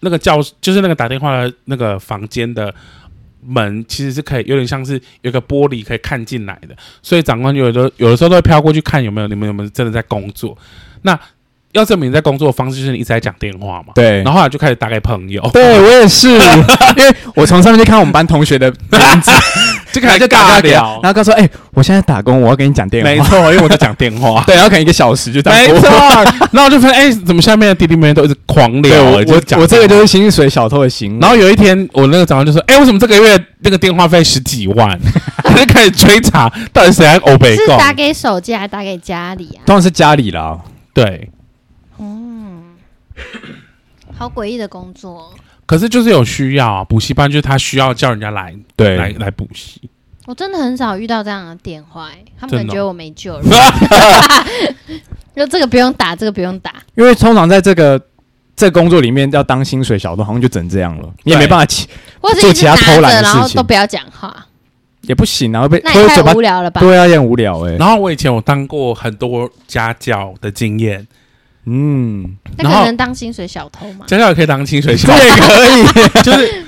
Speaker 1: 那个教室就是那个打电话的那个房间的门其实是可以有点像是有个玻璃可以看进来的，所以长官有的有的时候都会飘过去看有没有你们有没有真的在工作。那要证明你在工作的方式就是你一直在讲电话嘛。
Speaker 3: 对
Speaker 1: 然，后后来就开始打给朋友，
Speaker 3: 对我也 是，因为我从上面就看我们班同学的名字，
Speaker 1: 就开
Speaker 3: 然后
Speaker 1: 始
Speaker 3: 就
Speaker 1: 尬
Speaker 3: 打给他
Speaker 1: 聊
Speaker 3: 然。后他说：“哎，我现在打工，我要跟你讲电
Speaker 1: 没
Speaker 3: 话。
Speaker 1: 错，因为我在讲电话”。
Speaker 3: 对，然后可能一个小时就打
Speaker 1: 没
Speaker 3: 过
Speaker 1: 错， 然后我就发现，哎、怎么下面的弟弟妹妹都一直狂
Speaker 3: 对
Speaker 1: 聊？
Speaker 3: 我
Speaker 1: 就讲
Speaker 3: 我我这个
Speaker 1: 电话
Speaker 3: 就是薪水小偷的行为。
Speaker 1: 然后有一天，我那个长官就说：“哎、为什么这个月那个电话费十几万？” 他就开始追查到底谁在欧北
Speaker 2: 是
Speaker 1: 贡。
Speaker 2: 打给手机还是打给家里啊？
Speaker 3: 通常是家里啦，
Speaker 1: 对，
Speaker 2: 好诡异的工作，
Speaker 1: 可是就是有需要啊，补习班就是他需要叫人家来
Speaker 3: 对
Speaker 1: 来来补习。
Speaker 2: 我真的很少遇到这样的电话、欸，他们可能
Speaker 1: 真的哦
Speaker 2: 觉得我没救了。 就这个不用打，这个不用打，
Speaker 3: 因为通常在这个这工作里面要当薪水小偷，好像就只能这样了，你也
Speaker 1: 对
Speaker 3: 没办法起，
Speaker 2: 或者
Speaker 3: 做
Speaker 2: 一
Speaker 3: 其
Speaker 2: 直
Speaker 3: 他
Speaker 2: 拿
Speaker 3: 偷
Speaker 2: 着，
Speaker 3: 懒的
Speaker 2: 然后
Speaker 3: 事情
Speaker 2: 都不要讲话，
Speaker 3: 也不行啊，会被
Speaker 2: 那
Speaker 3: 会
Speaker 2: 也
Speaker 3: 嘴
Speaker 2: 太
Speaker 3: 巴
Speaker 2: 无聊了吧？
Speaker 3: 对啊，也很无聊哎。
Speaker 1: 然后我以前有当过很多家教的经验，
Speaker 3: 嗯，
Speaker 2: 那
Speaker 1: 然后
Speaker 2: 可能当薪水小偷嘛？
Speaker 1: 家教也可以当清水小
Speaker 3: 这 也可 以。
Speaker 1: 就是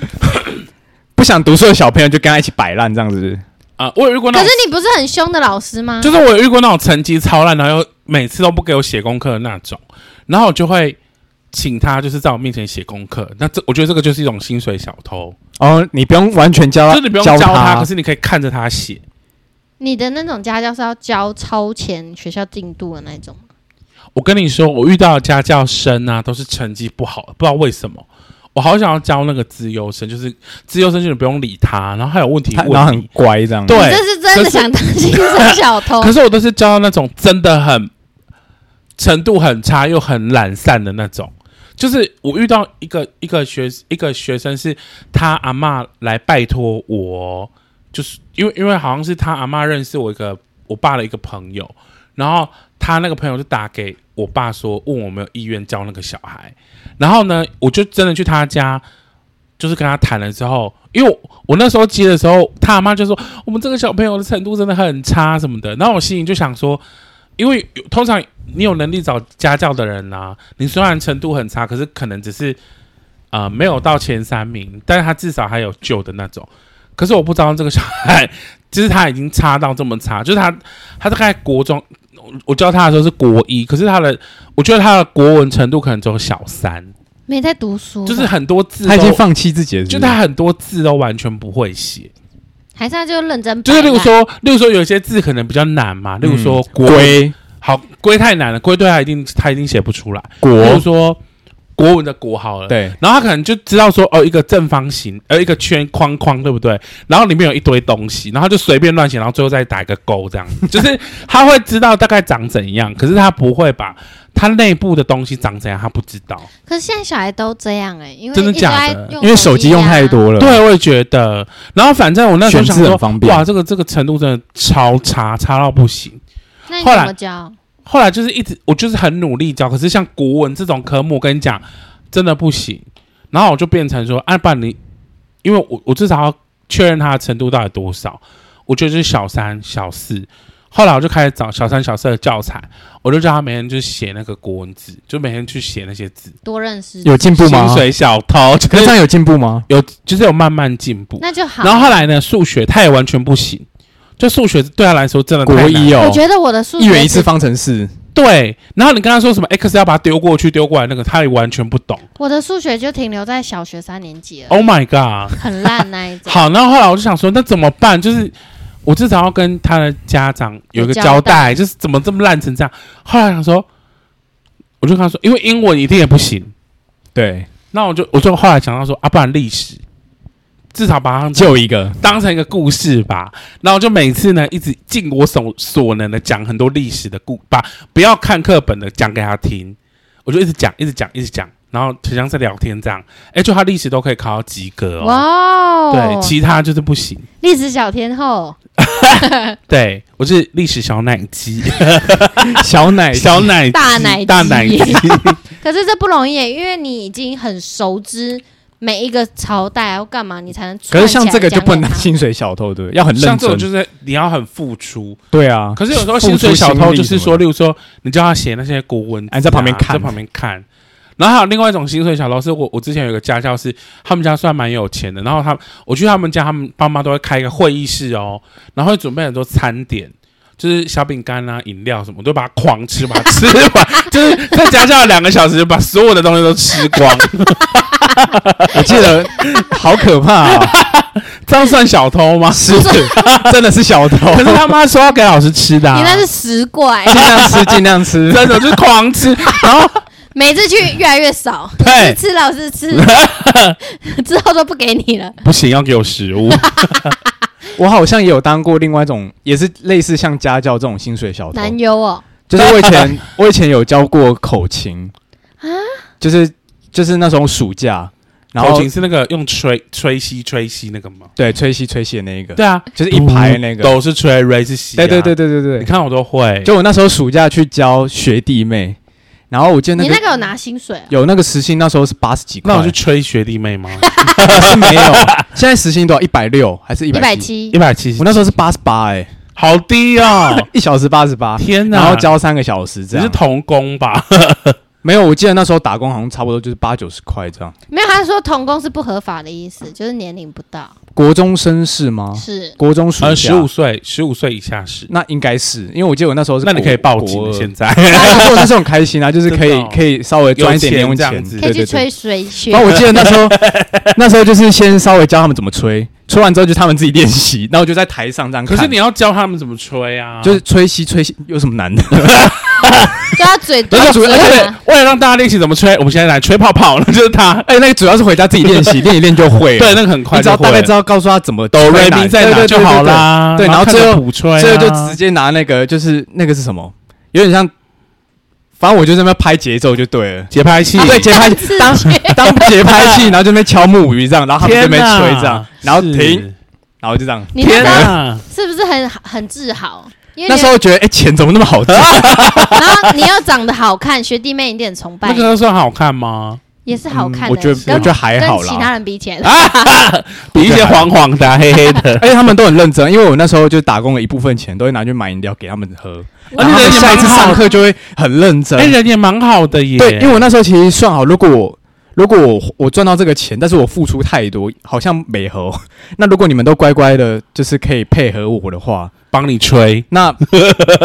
Speaker 3: 不想读书的小朋友就跟他一起摆烂这样子。
Speaker 1: 啊、我有遇过那
Speaker 2: 可
Speaker 1: 种
Speaker 2: 是，你不是很凶的老师吗？
Speaker 1: 就是我有遇过那种成绩超烂，然后又每次都不给我写功课的那种，然后我就会请他就是在我面前写功课。那这我觉得这个就是一种薪水小偷。
Speaker 3: 哦，你不用完全教他，
Speaker 1: 就是你不用教
Speaker 3: 教
Speaker 1: 他，可是你可以看着他写。
Speaker 2: 你的那种家教是要交超前学校进度的那种吗，
Speaker 1: 我跟你说，我遇到的家教生啊，都是成绩不好，不知道为什么。我好想要教那个资优生，就是资优生就你不用理他，然后还有问题
Speaker 3: 他然
Speaker 1: 问
Speaker 3: 后很
Speaker 1: 你。
Speaker 3: 乖这样。
Speaker 1: 对
Speaker 2: 你这是真的想当薪水小偷？
Speaker 1: 可是我都是教到那种真的很程度很差又很懒散的那种。就是我遇到一个一个学一个学生，是他阿嬷来拜托我，就是因为因为好像是他阿嬷认识我一个我爸的一个朋友，然后他那个朋友就打给我爸说，问我有没有意愿教那个小孩。然后呢，我就真的去他家，就是跟他谈了之后，因为我我那时候接的时候，他阿妈就说我们这个小朋友的程度真的很差什么的。然后我心里就想说，因为有通常你有能力找家教的人啊，你虽然程度很差，可是可能只是啊没有到前三名，但是他至少还有救的那种。可是我不知道这个小孩，就是他已经差到这么差，就是他他大概国中，我我教他的时候是国一，可是他的我觉得他的国文程度可能只有小三，
Speaker 2: 没在读书吧，
Speaker 1: 就是很多字
Speaker 3: 他已经
Speaker 1: 都
Speaker 3: 放弃自己了
Speaker 1: 就是
Speaker 3: 不是
Speaker 1: 他很多字都完全不会写。
Speaker 2: 还是他就认真摆啊烂，
Speaker 1: 就是例如说，例如说有一些字可能比较难嘛，例如说“国”
Speaker 3: 嗯龟
Speaker 1: 好“龟”太难了，“龟”对他一定他一定写不出来。例如
Speaker 3: 国
Speaker 1: 说国文的“国”好了，
Speaker 3: 对
Speaker 1: 然后他可能就知道说哦，一个正方形，呃，一个圈框框，对不对？然后里面有一堆东西，然后就随便乱写，然后最后再打一个勾，这样就是他会知道大概长怎样，可是他不会把他内部的东西长怎样，他不知道。
Speaker 2: 可是现在小孩都这样哎、因为
Speaker 1: 真的
Speaker 2: 一直
Speaker 1: 假
Speaker 2: 在
Speaker 1: 的
Speaker 3: 因为手机用
Speaker 2: 啊
Speaker 3: 太，多了，
Speaker 1: 对，我也觉得。然后反正我那时候想
Speaker 3: 选字
Speaker 1: 说
Speaker 3: 很方，便
Speaker 1: 哇，这个这个程度真的超差，差到不行。
Speaker 2: 那你
Speaker 1: 后
Speaker 2: 怎
Speaker 1: 来
Speaker 2: 么教？
Speaker 1: 后来就是一直我就是很努力教，可是像国文这种科目，我跟你讲真的不行。然后我就变成说，啊，不然你，因为我我至少要确认他的程度到底多少，我觉得就是小三、小四。后来我就开始找小三、小四的教材，我就叫他每天就写那个国文字，就每天去写那些字。
Speaker 2: 多认识，
Speaker 3: 有进步吗
Speaker 1: 薪？水小偷，
Speaker 3: 可
Speaker 1: 就是
Speaker 3: 这
Speaker 1: 是
Speaker 3: 样有进步吗？
Speaker 1: 有就是有慢慢进步。
Speaker 2: 那就好。
Speaker 1: 然后后来呢，数学他也完全不行，就数学对他来说真的太
Speaker 3: 国
Speaker 1: 难了
Speaker 3: 一哦
Speaker 2: 我，觉得我的数学
Speaker 3: 一元一次
Speaker 2: 只，
Speaker 3: 方程式，
Speaker 1: 对，然后你跟他说什么 x 要把它丢过去，丢过来那个，他也完全不懂。
Speaker 2: 我的数学就停留在小学三年级了，
Speaker 3: 哦
Speaker 1: Oh my god！
Speaker 2: 很烂那一种。
Speaker 1: 好，那后来我就想说，那怎么办？就是我至少要跟他的家长有一
Speaker 2: 有
Speaker 1: 个
Speaker 2: 交
Speaker 1: 交代，就是怎么这么烂成这样。后来想说，我就跟他说，因为英文一定也不行，
Speaker 3: 对，
Speaker 1: 那我就我就后来想到说，啊，不然历史至少把它
Speaker 3: 就一个，
Speaker 1: 当成一个故事吧。然后就每次呢，一直尽我所所能的讲很多历史的故，把不要看课本的讲给他听。我就一直讲，一直讲，一直讲，然后就像在聊天这样。哎，就他历史都可以考到及格哦。
Speaker 2: 哇
Speaker 1: 对，
Speaker 2: 哦，，
Speaker 1: 其他就是不行。
Speaker 2: 历史小天后，
Speaker 1: 对我是历史小奶鸡，
Speaker 3: 小 奶
Speaker 1: 小奶鸡
Speaker 2: 大奶鸡
Speaker 1: 大奶 鸡。
Speaker 2: 可是这不容易耶，因为你已经很熟知每一个朝代要干嘛，你才能
Speaker 3: 可
Speaker 2: 串起来
Speaker 3: 是
Speaker 2: 讲给他。
Speaker 3: 像这个就不能当薪水小偷，对不对，要很认
Speaker 1: 像这种就
Speaker 3: 真。
Speaker 1: 是你要很付出，
Speaker 3: 对啊，
Speaker 1: 可是有时候
Speaker 3: 付出
Speaker 1: 薪水小
Speaker 3: 心
Speaker 1: 偷
Speaker 3: 力
Speaker 1: 就是
Speaker 3: 什么
Speaker 1: 说，例如说你叫他写那些国文字啊、
Speaker 3: 哎在旁边看
Speaker 1: 在旁边看。然后还有另外一种薪水小偷，是我我之前有一个家教是，他们家算蛮有钱的，然后他我去他们家，他们爸妈都会开一个会议室哦，然后会准备很多餐点，就是小饼干啊、饮料什么，我都把它狂吃，把它吃 完，就是在家教两个小时，把所有的东西都吃光，
Speaker 3: 的， 我记得好可怕啊！
Speaker 1: 这样算小偷吗？
Speaker 3: 是，真的是小 偷，
Speaker 1: 可是他妈说要给老师吃的、啊，
Speaker 2: 你那是食 怪，
Speaker 3: 尽量吃，尽量吃。
Speaker 1: 真的就是狂吃，然后
Speaker 2: 每次去越来越少，
Speaker 3: 哎
Speaker 1: 对
Speaker 2: 吃老是 吃，之后都不给你了。
Speaker 1: 不行，要给我食物。
Speaker 3: 我好像也有当过另外一种，也是类似像家教这种薪水小偷，
Speaker 2: 男优哦，
Speaker 3: 就是我以前我以前有教过口琴
Speaker 2: 啊
Speaker 3: 就是就是那种暑假， 然
Speaker 1: 口
Speaker 3: 后
Speaker 1: 琴是那个用吹吹西吹西那个吗？
Speaker 3: 对吹西吹西的那一个，
Speaker 1: 对啊，
Speaker 3: 就是一排那个，
Speaker 1: 都是吹 r 是西、
Speaker 3: 哎对对对
Speaker 1: 对，
Speaker 3: 对对
Speaker 1: 啊你
Speaker 3: 对，
Speaker 1: 看我都会，
Speaker 3: 就我那时候暑假去教学弟妹，然后我记得
Speaker 2: 你
Speaker 3: 那
Speaker 2: 那
Speaker 3: 个
Speaker 2: 个有拿薪水啊？
Speaker 3: 有那个时薪那时候是八十几块，
Speaker 1: 那 我去吹学弟妹吗？
Speaker 3: 是没有，现在时薪多少？一百六还是一
Speaker 2: 一
Speaker 3: 百
Speaker 2: 百
Speaker 3: 七？
Speaker 2: 七
Speaker 1: 一，百七十
Speaker 3: 我，那时候是八十八，哎，
Speaker 1: 好低 哦！
Speaker 3: 一小时八十八，
Speaker 1: 天哪，
Speaker 3: 然后教三个小时这
Speaker 1: 你是
Speaker 3: 样。
Speaker 1: 童工吧？
Speaker 3: 没有，我记得那时候打工好像差不多就是八九十块这样。
Speaker 2: 没有，他说童工是不合法的意思，就是年龄不到，
Speaker 3: 国中生是吗？
Speaker 2: 是
Speaker 3: 国中暑 假
Speaker 1: 呃，十五岁，十五岁以下是。
Speaker 3: 那应该是，因为我记得我那时候是
Speaker 1: 那你可以报警
Speaker 3: 国
Speaker 1: 了
Speaker 3: 二
Speaker 1: 现在。
Speaker 3: 我做的是很开心啊，就是可
Speaker 1: 真
Speaker 3: 以
Speaker 1: 的哦
Speaker 3: 可以稍微赚一点零用
Speaker 1: 有钱
Speaker 3: 钱
Speaker 1: 这样子，
Speaker 2: 可
Speaker 3: 对
Speaker 2: 以去
Speaker 3: 对对。
Speaker 2: 吹水学
Speaker 3: 然。后我记得那 时候，那时候就是先稍微教他们怎么吹，吹完之后就他们自己练习，然后我就在台上这样
Speaker 1: 可
Speaker 3: 看。
Speaker 1: 是你要教他们怎么吹啊？
Speaker 3: 就是吹西吹西有什么难的？
Speaker 2: 对他嘴
Speaker 1: 而
Speaker 2: 多
Speaker 1: 且
Speaker 2: 嘴
Speaker 1: 而且
Speaker 2: 啊，
Speaker 1: 为了让大家练习怎么吹，我们现在来吹泡泡了，就是他。
Speaker 3: 哎，那个主要是回家自己练习，练一练就会了。
Speaker 1: 对，，那个很快
Speaker 3: 你只要
Speaker 1: 就
Speaker 3: 大
Speaker 1: 会
Speaker 3: 概
Speaker 1: 了。
Speaker 3: 知道告诉他怎么
Speaker 1: 哆
Speaker 3: 吹
Speaker 1: 瑞
Speaker 3: 哪
Speaker 1: 咪在哪
Speaker 3: 对对对
Speaker 1: 就好啦。
Speaker 3: 对对对对对
Speaker 1: 看着
Speaker 3: 然后
Speaker 1: 谱吹啊，
Speaker 3: 最后就直接拿那个就是那个是什么，有点像，反正我就在那边拍节奏就对了。
Speaker 1: 节拍器。
Speaker 3: 对，节拍当 啊当节拍 器，然后这边敲木鱼这样，然后他们这
Speaker 1: 天
Speaker 3: 边
Speaker 1: 哪
Speaker 3: 吹这样，然后停，
Speaker 1: 是
Speaker 3: 然后就这样。
Speaker 2: 你那时候
Speaker 1: 哪！
Speaker 2: 是不是很很自豪？因为
Speaker 3: 那
Speaker 2: 你
Speaker 3: 时候觉得，哎，钱怎么那么好赚？
Speaker 2: 然后你又长得好看，学弟妹一定很崇拜
Speaker 1: 那
Speaker 2: 你。
Speaker 1: 个算好看吗？
Speaker 2: 也是好看的，
Speaker 3: 嗯我觉得我
Speaker 2: 跟
Speaker 3: 觉得还好
Speaker 2: 跟其他
Speaker 3: 啦，啊
Speaker 2: 人比起来，
Speaker 1: 比一些黄黄的、黑黑的。
Speaker 3: 而且他们都很认真，因为我那时候就打工的一部分钱都会拿去买饮料给他们喝，
Speaker 1: 而
Speaker 3: 然
Speaker 1: 且
Speaker 3: 后他
Speaker 1: 人
Speaker 3: 们
Speaker 1: 也
Speaker 3: 下一
Speaker 1: 蛮
Speaker 3: 次上
Speaker 1: 好，
Speaker 3: 课就会很认真
Speaker 1: 哎、。人也蛮好的耶。
Speaker 3: 对，因为我那时候其实算好，如果我如果我我赚到这个钱，但是我付出太多，好像没合。那如果你们都乖乖的，就是可以配合我的话，
Speaker 1: 帮你吹。
Speaker 3: 那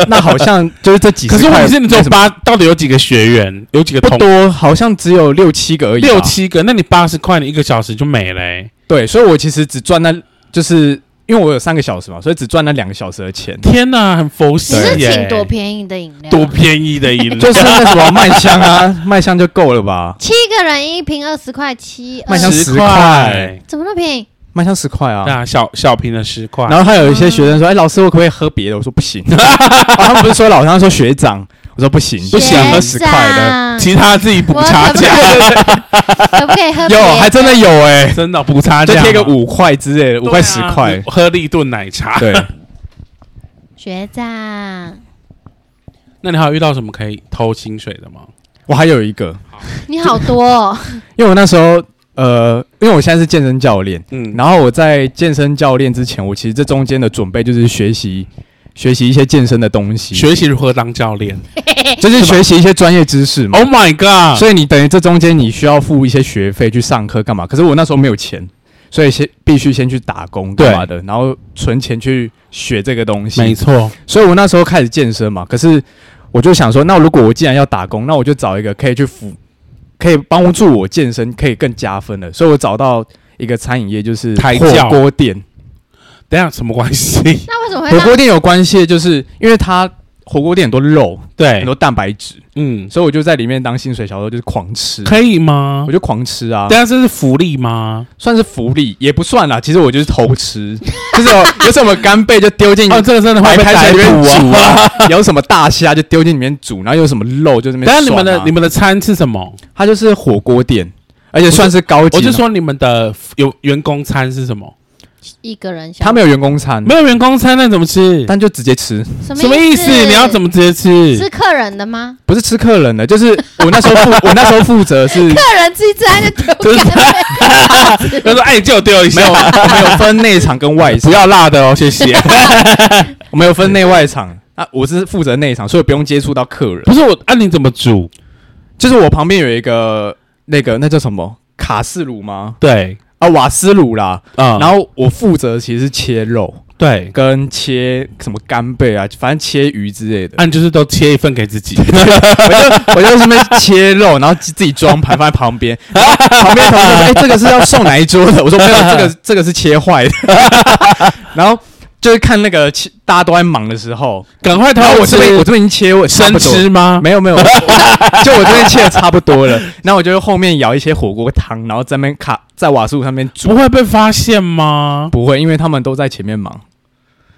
Speaker 3: 那好像就是这几
Speaker 1: 可
Speaker 3: 十
Speaker 1: 是问
Speaker 3: 块
Speaker 1: 题是，你只
Speaker 3: 没
Speaker 1: 有
Speaker 3: 什
Speaker 1: 八，
Speaker 3: 么
Speaker 1: 到底有几个学员？有几个
Speaker 3: 不
Speaker 1: 同
Speaker 3: 多，好像只有六七个而已吧。
Speaker 1: 六七个？那你八十块，你一个小时就没了。欸。，
Speaker 3: 对，所以我其实只赚那，就是因为我有三个小时嘛，所以只赚那两个小时的钱
Speaker 1: 天哪，很佛系
Speaker 2: 你是
Speaker 1: 耶！
Speaker 2: 请多便宜啊的饮料，
Speaker 1: 多便宜 的饮料，
Speaker 3: 就是那什么麦香啊， 麦香就够了吧？
Speaker 2: 七个人一瓶二十块，七
Speaker 3: 麦香
Speaker 2: 呃
Speaker 3: 10块
Speaker 1: 块，
Speaker 2: 怎么那么便宜？
Speaker 3: 麦香十块啊。
Speaker 1: 对啊，嗯小小瓶的十块。
Speaker 3: 然后还有一些学生说：“哎、老师，我可不可以喝别的？”我说：“不行。 啊他们不是说老师，他们说学长，我说：“不行，
Speaker 1: 不行
Speaker 3: 喝十块的。
Speaker 2: 的
Speaker 1: 其他自己补
Speaker 2: 嗯我
Speaker 1: 差
Speaker 2: 可不
Speaker 1: 价，
Speaker 2: 可不可以喝”别
Speaker 3: 有，
Speaker 2: 的？
Speaker 3: 还真的有 哎、
Speaker 1: 真的补差
Speaker 3: 就
Speaker 1: 价嘛，
Speaker 3: 贴个五块之类的，五
Speaker 1: 对啊，
Speaker 3: 块十 块。
Speaker 1: 喝立顿奶茶。
Speaker 3: 对，
Speaker 2: 学长，
Speaker 1: 那你还有遇到什么可以偷薪水的吗？
Speaker 3: 我还有一个，
Speaker 2: 你好多哦，
Speaker 3: 因为我那时候呃，因为我现在是健身教练，
Speaker 1: 嗯，
Speaker 3: 然后我在健身教练之前，我其实这中间的准备就是学习学习一些健身的东西，
Speaker 1: 学习如何当教练。
Speaker 3: 就是学习一些专业知识嘛。
Speaker 1: Oh my god！
Speaker 3: 所以你等于这中间你需要付一些学费去上课干嘛？可是我那时候没有钱，所以先必须先去打工干嘛的，然后存钱去学这个东
Speaker 1: 没
Speaker 3: 西。
Speaker 1: 错，
Speaker 3: 所以我那时候开始健身嘛，可是我就想说，那如果我既然要打工，那我就找一个可以去辅，可以帮助我健身，可以更加分的。所以我找到一个餐饮业，就是
Speaker 1: 抬
Speaker 3: 火
Speaker 1: 轿
Speaker 3: 锅店。
Speaker 1: 等一下什么关系？
Speaker 2: 哎那为什么会
Speaker 3: 火
Speaker 2: 让
Speaker 3: 锅店有关系，就是因为它火锅店很多肉，很
Speaker 1: 对
Speaker 3: 多，蛋白质，
Speaker 1: 嗯，
Speaker 3: 所以我就在里面当薪水小偷，就是狂吃，
Speaker 1: 可以吗
Speaker 3: 我？就狂吃啊
Speaker 1: 等。一下这是福利吗？
Speaker 3: 算是福利也不算啦，其实我就是偷吃， 就是有有什么干贝就丢进
Speaker 1: 哦，这个真的会
Speaker 3: 白
Speaker 1: 被
Speaker 3: 开
Speaker 1: 逮
Speaker 3: 水里面
Speaker 1: 捕
Speaker 3: 煮
Speaker 1: 啊！
Speaker 3: 啊， 有什么大虾就丢进里面煮，然后有什么肉就这边
Speaker 1: 等一下
Speaker 3: 涮啊。
Speaker 1: 你们的你们的餐是什么？
Speaker 3: 它就是火锅店，而且算是高级。
Speaker 1: 我就，说你们的有员工餐是什么？
Speaker 2: 一个人小？
Speaker 3: 他没有员工餐，
Speaker 1: 没有员工餐那怎么吃？
Speaker 3: 但就直接吃，
Speaker 2: 什
Speaker 1: 什么意思？你要怎
Speaker 2: 么
Speaker 1: 么直接
Speaker 2: 是
Speaker 1: 吃？
Speaker 2: 客人的吗？
Speaker 3: 不是吃客人的，就是我那时候负 我那时候负责是
Speaker 2: 客人自己自然就 丢干杯
Speaker 1: 他说：“哎，借我丢一下
Speaker 3: 没。有，我们有分内场跟外”场
Speaker 1: 不，要辣的哦，谢谢。
Speaker 3: 我们有分内外场。啊，我是负责内场，所以不用接触到客人。
Speaker 1: 不是我，按、你怎么煮？
Speaker 3: 就是我旁边有一个那个那叫什么卡式炉吗？
Speaker 1: 对，
Speaker 3: 啊，瓦斯炉啦。
Speaker 1: 嗯，
Speaker 3: 然
Speaker 1: 后
Speaker 3: 后我负责其实是切肉
Speaker 1: 对，
Speaker 3: 跟切什么干贝啊，反正切鱼之类的。
Speaker 1: 按啊就是都切一份给 自己。
Speaker 3: 我就在那边切肉，然后自己装盘放在旁边。然后旁边同事 说：“哎、这个是要送哪一桌的？”我说：“没有，这个这个是切坏的。” 然后就是看那个切大家都在忙的时候，
Speaker 1: 赶快
Speaker 3: 然
Speaker 1: 他
Speaker 3: 后我这边我这边已经切我差
Speaker 1: 生
Speaker 3: 不多
Speaker 1: 吃吗？
Speaker 3: 没有没有，我 就我这边切的差 不多了。然后我就后面舀一些火锅汤，然后在那边卡在瓦斯炉上面煮
Speaker 1: 不。会被发现吗？
Speaker 3: 不会，因为他们都在前面忙，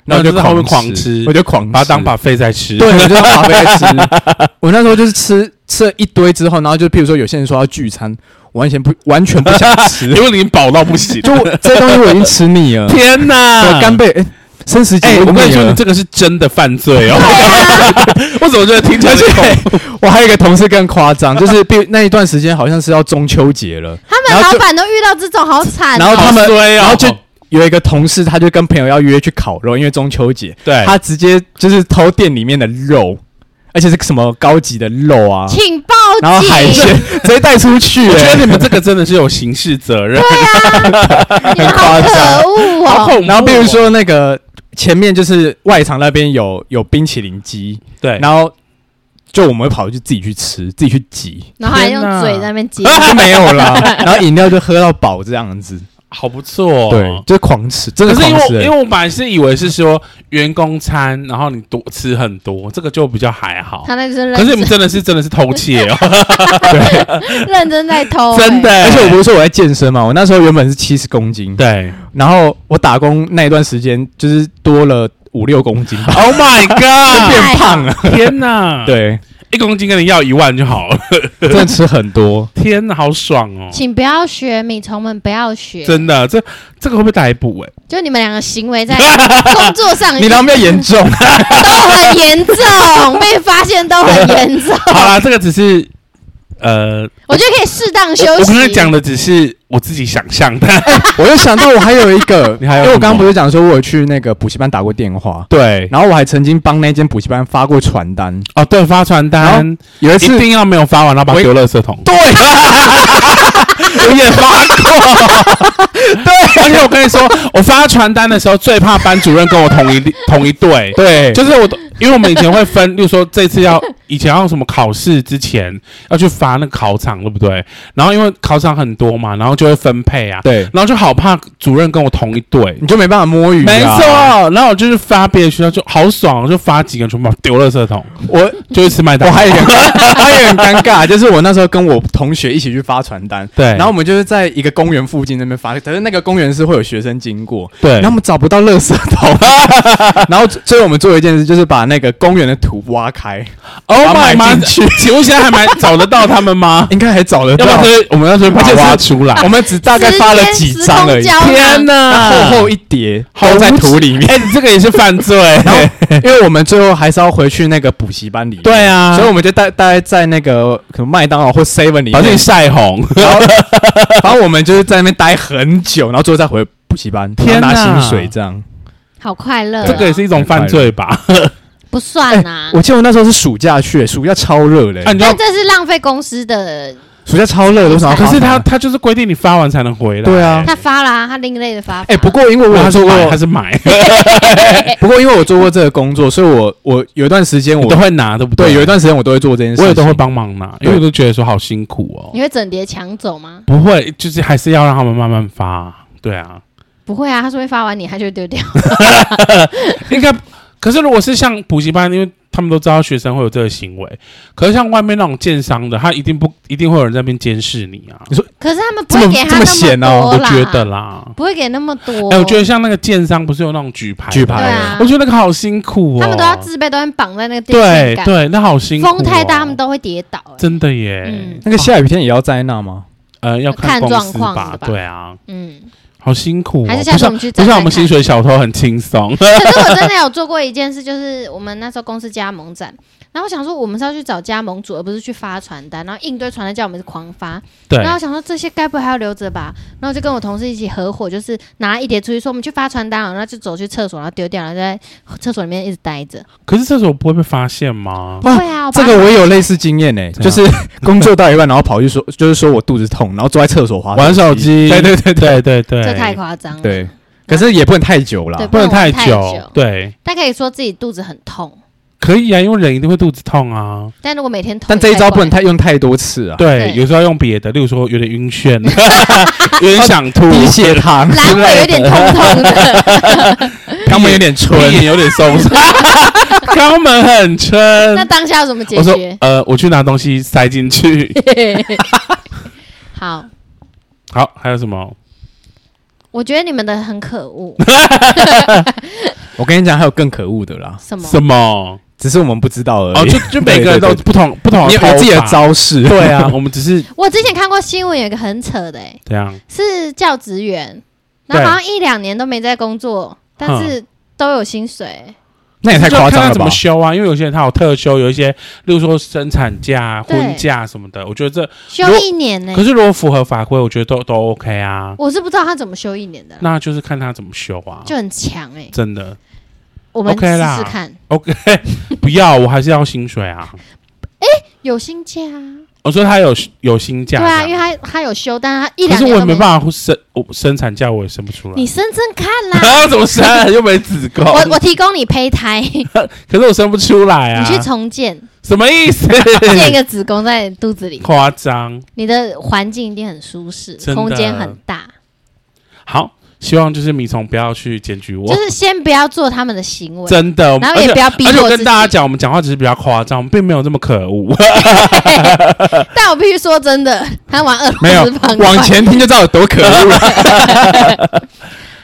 Speaker 1: 然后
Speaker 3: 我就
Speaker 1: 就在后面
Speaker 3: 狂
Speaker 1: 狂吃
Speaker 3: 我就狂吃
Speaker 1: 把它当把费在吃。
Speaker 3: 对， 我就当把费在吃。 我那时候就是吃吃了一堆之后，然后就譬如说有些人说要聚餐，我完全不完全不想吃，
Speaker 1: 因为你饱到不行。
Speaker 3: 就我这东西我已经吃腻 了。
Speaker 1: 天哪！
Speaker 3: 我干贝，哎，生食
Speaker 1: 哎、
Speaker 3: 节
Speaker 1: 我
Speaker 3: 我
Speaker 1: 跟你
Speaker 3: 腻
Speaker 1: 说，你
Speaker 3: 了。
Speaker 1: 这个是真的犯罪 哦！
Speaker 2: 啊
Speaker 1: 我怎么觉得听起来
Speaker 3: 而
Speaker 1: 是哦恐怖
Speaker 3: 且我还有一个同事更夸张，就是比那一段时间好像是要中秋节了，
Speaker 2: 他们
Speaker 3: 然后
Speaker 2: 老
Speaker 3: 就
Speaker 2: 板都遇到这种，好惨哦。
Speaker 3: 然后他们
Speaker 1: 好衰哦
Speaker 3: 然后就有一个同事他就跟朋友要约去烤肉，因为中秋节，
Speaker 1: 对
Speaker 3: 他直接就是偷店里面的肉，而且是什么高级的肉啊，
Speaker 2: 请报警。
Speaker 3: 然后海 鲜直接带出去、
Speaker 1: 我觉得
Speaker 3: 欸，
Speaker 1: 你们这个真的是有刑事 责任，
Speaker 2: 啊 你们好
Speaker 3: 夸张
Speaker 2: 可恶哦！
Speaker 1: 好恐怖哦
Speaker 3: 然后比如说那个前面就是外场那边有有冰淇淋机，
Speaker 1: 对，
Speaker 3: 然后就我们会跑去自己去吃，自己去 挤， 啊
Speaker 2: 然后还
Speaker 1: 天
Speaker 2: 用
Speaker 1: 哪
Speaker 2: 嘴在那边接，
Speaker 3: 就没有 啦。然后饮料就喝到饱这样子，
Speaker 1: 好不错、哦，
Speaker 3: 对，。就是狂吃，真的
Speaker 1: 可是因
Speaker 3: 狂
Speaker 1: 为
Speaker 3: 吃、欸
Speaker 1: 我因为我本来是以为是说员工餐，然后你多吃很多，这个就比较还好。
Speaker 2: 他那个是认
Speaker 1: 可是你
Speaker 2: 真
Speaker 1: 们真的是真的是偷窃哦，
Speaker 2: 认真在偷，
Speaker 1: 真的。
Speaker 2: 欸
Speaker 3: 而且我不是说我在健身嘛，我那时候原本是七十公斤，
Speaker 1: 对
Speaker 3: 然后我打工那一段时间就是多了五六公斤 吧，
Speaker 1: ，Oh my
Speaker 3: 就
Speaker 1: god！
Speaker 3: 变胖了。
Speaker 1: 天哪，，
Speaker 3: 对，
Speaker 1: 一公斤跟你要一万就好了，
Speaker 3: 真的吃很多。
Speaker 1: 天哪，好爽哦！
Speaker 2: 请不要学米虫们，不要学，
Speaker 1: 真的，这这个会被逮捕哎、
Speaker 2: 就你们两个行为 在工作上
Speaker 3: 你那比较严 重，
Speaker 2: 都很严重，被发现都很严重。
Speaker 1: 好啦，这个只是呃，
Speaker 2: 我觉得可以适当休
Speaker 1: 我我
Speaker 2: 息。
Speaker 1: 刚才讲的只是我自己想象的，
Speaker 3: 我又想到我还有一个
Speaker 1: ，你还有
Speaker 3: 因为我刚
Speaker 1: 什么
Speaker 3: 刚不是讲说我有去那个补习班打过电话，
Speaker 1: 对，
Speaker 3: 然后我还曾经帮那间补习班发过传单，
Speaker 1: 哦，对，发传单
Speaker 3: 有一
Speaker 1: 一
Speaker 3: 次
Speaker 1: 定要没有发完，然后把它
Speaker 3: 我
Speaker 1: 丢垃圾桶。
Speaker 3: 对，
Speaker 1: 我也发 过，对，而且我跟你说，我发传单的时候最怕班主任跟我同 一同一队，
Speaker 3: 对，
Speaker 1: 就是我都，因为我们以前会分，例如说这次要以前要什么考试之前要去发那个考场，对不对？然后因为考场很多嘛，然后就会分配啊，
Speaker 3: 对，
Speaker 1: 然后就好怕主任跟我同一队。
Speaker 3: 你就没办法摸鱼、啊。
Speaker 1: 没错，然后我就是发别的学校就好爽，我就发几个人全部把它丢垃圾桶，
Speaker 3: 我
Speaker 1: 就去吃麦当
Speaker 3: 我
Speaker 1: 劳。
Speaker 3: 还有一个， 我还有一个很尴尬，就是我那时候跟我同学一起去发传单，
Speaker 1: 对，
Speaker 3: 然后我们就是在一个公园附近那边发，可是那个公园是会有学生经过，
Speaker 1: 对，
Speaker 3: 然后我们找不到垃圾桶， 然后最后我们做了一件事，就是把那个公园的土挖开，
Speaker 1: Oh
Speaker 3: 把它
Speaker 1: my
Speaker 3: 埋
Speaker 1: god！
Speaker 3: 进去
Speaker 1: 请问现在还蛮找得到他们 吗？
Speaker 3: 应该还找得
Speaker 1: 要
Speaker 3: 到
Speaker 1: 不。然就是我们要去把它挖出来。
Speaker 3: 我们只大概发了几张而已
Speaker 2: 时间时，空胶囊
Speaker 1: 天哪，
Speaker 3: 厚厚一叠，
Speaker 1: 好
Speaker 3: 都在土里面。
Speaker 1: 哎，你这个也是犯 罪。
Speaker 3: 然后， 因为我们最后还是要回去那个补习班里面，
Speaker 1: 对 啊，
Speaker 3: 所以我们就大大概在那个可能麦当劳或 Seven 里
Speaker 1: 把自己
Speaker 3: 面，
Speaker 1: 晒红。
Speaker 3: 然后 反正我们就是在那边待很久，然后最后再回补习班，
Speaker 1: 天
Speaker 3: 然后
Speaker 1: 哪
Speaker 3: 拿薪水这样。
Speaker 2: 好快
Speaker 3: 啊
Speaker 2: 乐哦，
Speaker 1: 这个也是一种犯罪吧？
Speaker 2: 不算啊。
Speaker 3: 哎我记得我那时候是暑假去，暑假超热嘞
Speaker 1: 啊，，你知道
Speaker 2: 但，这是浪费公司的，
Speaker 3: 暑假超热的，为什么要
Speaker 1: 可
Speaker 3: 发
Speaker 1: 是他
Speaker 3: 传单
Speaker 1: 他就是规定你发完才能回来。
Speaker 3: 对 啊
Speaker 2: 他发啦，他另类的发法。
Speaker 3: 哎，不过因为我
Speaker 1: 他
Speaker 3: 有
Speaker 1: 是
Speaker 3: 做
Speaker 1: 买，他
Speaker 3: 过，哎
Speaker 1: 是买，
Speaker 3: 不过因为我做过这个工作，所以我我有一段时间
Speaker 1: 我
Speaker 3: 我
Speaker 1: 都会拿，对不
Speaker 3: 对有一
Speaker 1: 有，
Speaker 3: 段时间我都会做这件事情，
Speaker 1: 我也都会帮忙拿，因为
Speaker 3: 对
Speaker 1: 我都觉得说好辛苦哦。
Speaker 2: 你会整叠抢走吗？
Speaker 1: 不会，就是还是要让他们慢慢发。对啊，
Speaker 2: 不会啊，他说会发完你，他就会丢 掉。
Speaker 1: 应该。可是如果是像补习班，因为他们都知道学生会有这个行为，可是像外面那种建商的，他一定不一定会有人在那边监视你啊。
Speaker 2: 可是他们不会
Speaker 3: 这么
Speaker 2: 给他
Speaker 3: 这么
Speaker 2: 那
Speaker 3: 闲
Speaker 2: 么
Speaker 3: 哦
Speaker 2: 多
Speaker 1: 我
Speaker 2: 啦，哦
Speaker 1: 觉得啦，
Speaker 2: 不会给那么多。
Speaker 1: 哎、我觉得像那个建商不是有那种举牌，
Speaker 3: 举
Speaker 2: 对
Speaker 3: 牌
Speaker 2: 啊，
Speaker 1: 我觉得那个好辛苦哦。
Speaker 2: 他们都要自备，都要绑在那个电线
Speaker 1: 对
Speaker 2: 杆，
Speaker 1: 对，那好辛苦、哦
Speaker 2: 风太大他们都会跌倒。哎
Speaker 1: 真的耶。
Speaker 2: 嗯
Speaker 3: 那个下雨天也要在那吗？
Speaker 1: 呃，要
Speaker 2: 看
Speaker 1: 公
Speaker 2: 状
Speaker 1: 司
Speaker 2: 况
Speaker 1: 吧
Speaker 2: 是，吧
Speaker 1: 对啊，
Speaker 2: 嗯，
Speaker 1: 好辛苦、哦。
Speaker 2: 还是下
Speaker 1: 不
Speaker 2: 次我
Speaker 1: 像
Speaker 2: 们去
Speaker 1: 不
Speaker 2: 找
Speaker 1: 像我
Speaker 2: 看
Speaker 1: 们
Speaker 2: 看
Speaker 1: 薪水小偷很轻松，
Speaker 2: 可是我真的有做过一件事，就是我们那时候公司加盟展，然后我想说我们是要去找加盟主，而不是去发传单，然后应堆传单叫我们是狂发，
Speaker 1: 对
Speaker 2: 然后我想说这些该不会还要留着吧，然后我就跟我同事一起合伙，就是拿一叠出去说我们去发传单了，哦然后就走去厕所，然后丢掉，然后就在厕所里面一直待着。
Speaker 1: 可是厕所不会被发现吗？
Speaker 3: 哇
Speaker 2: 对啊，我把
Speaker 3: 这个我也有类似经验呢，
Speaker 1: 怎样
Speaker 3: 就是工作到一半，然后跑去说，就是说我肚子痛，然后坐在厕所滑
Speaker 1: 玩手机，
Speaker 3: 对对
Speaker 1: 对对对对，
Speaker 2: 这太夸张了。
Speaker 3: 对，可是也不能太
Speaker 2: 嗯
Speaker 3: 久
Speaker 2: 对
Speaker 3: 啦。
Speaker 1: 不能太
Speaker 2: 不能太久
Speaker 1: 对，
Speaker 2: 但可以说自己肚子很痛，
Speaker 1: 可以啊，因为人一定会肚子痛啊。
Speaker 2: 但如果每天痛，
Speaker 3: 但这一招不能
Speaker 2: 太
Speaker 3: 太用太多次啊，
Speaker 1: 对，
Speaker 2: 对
Speaker 1: 有时候要用别的，例如说有点晕 眩，有点想吐，
Speaker 3: 低血 糖
Speaker 2: 怪，阑
Speaker 3: 之
Speaker 2: 尾有
Speaker 3: 类的，
Speaker 2: 点痛痛 的。
Speaker 3: 肛门有点
Speaker 1: 唇
Speaker 3: 唇，
Speaker 1: 有点松散，肛门很撑。
Speaker 2: 那当下要怎么解
Speaker 1: 我说
Speaker 2: 决？
Speaker 1: 呃，我去拿东西塞进 去。
Speaker 2: 好，
Speaker 1: 好，还有什么？
Speaker 2: 我觉得你们的很可 恶，
Speaker 3: 我跟你讲，还有更可恶的啦，
Speaker 2: 什么？
Speaker 1: 什么？
Speaker 3: 只是我们不知道而
Speaker 1: 哦，
Speaker 3: 已。
Speaker 1: 就就每个人都
Speaker 3: 对对对
Speaker 1: 不同不同的
Speaker 3: 你有
Speaker 1: 偷法
Speaker 3: 有自己的。招式，
Speaker 1: 哦对啊， 我们只是
Speaker 2: 我之前看过新闻，有一个很扯的、欸，
Speaker 1: 这样。
Speaker 2: 是教职员，然后好像一两年都没在工作，但是都有薪水、
Speaker 3: 那也太夸
Speaker 1: 就
Speaker 3: 张
Speaker 1: 看他
Speaker 3: 了
Speaker 1: 怎
Speaker 3: 吧
Speaker 1: 么？休啊？因为有些人他有特休，有一些，例如说生产假、
Speaker 2: 对
Speaker 1: 婚假什么的。我觉得这
Speaker 2: 休
Speaker 1: 如果
Speaker 2: 一年呢、
Speaker 1: 可是如果符合法规，我觉得都都 OK 啊。
Speaker 2: 我是不知道他怎么休一年的啦，
Speaker 1: 那就是看他怎么休啊。
Speaker 2: 就很强哎、
Speaker 1: 真的
Speaker 2: 我们试
Speaker 1: OK 啦
Speaker 2: 试看，
Speaker 1: OK，不 要，我还是要薪水啊。
Speaker 2: 有薪假啊，
Speaker 1: 我说他有有薪假
Speaker 2: 对
Speaker 1: 这样，
Speaker 2: 啊，因为他他有休，但是他一
Speaker 1: 可
Speaker 2: 两
Speaker 1: 是我
Speaker 2: 年
Speaker 1: 也
Speaker 2: 都
Speaker 1: 没办法生，我生产假我也生不出来。
Speaker 2: 你生生看啦，
Speaker 1: 啊？怎么生？ 又没子宫。
Speaker 2: 我我提供你胚胎，
Speaker 1: 可是我生不出来哦啊！
Speaker 2: 你去重 建，
Speaker 1: 什么意思？
Speaker 2: 建一个子宫在肚子里，
Speaker 1: 夸张。
Speaker 2: 你的环境一定很舒适，
Speaker 1: 真的
Speaker 2: 空间很大。
Speaker 1: 好，希望就是米虫不要去检举我
Speaker 2: 就，是先不要做他们的行为，
Speaker 1: 真的。我们
Speaker 2: 然后也
Speaker 1: 而
Speaker 2: 不
Speaker 1: 且
Speaker 2: 要逼
Speaker 1: 而且我
Speaker 2: 迫自
Speaker 1: 跟
Speaker 2: 己。
Speaker 1: 大家 讲，我们讲话只是比较夸张，我们并没有这么可恶。
Speaker 2: 但我必须说真的，他玩俄
Speaker 3: 没有
Speaker 2: 罗斯方，块，
Speaker 3: 往前听就知道有多可恶了。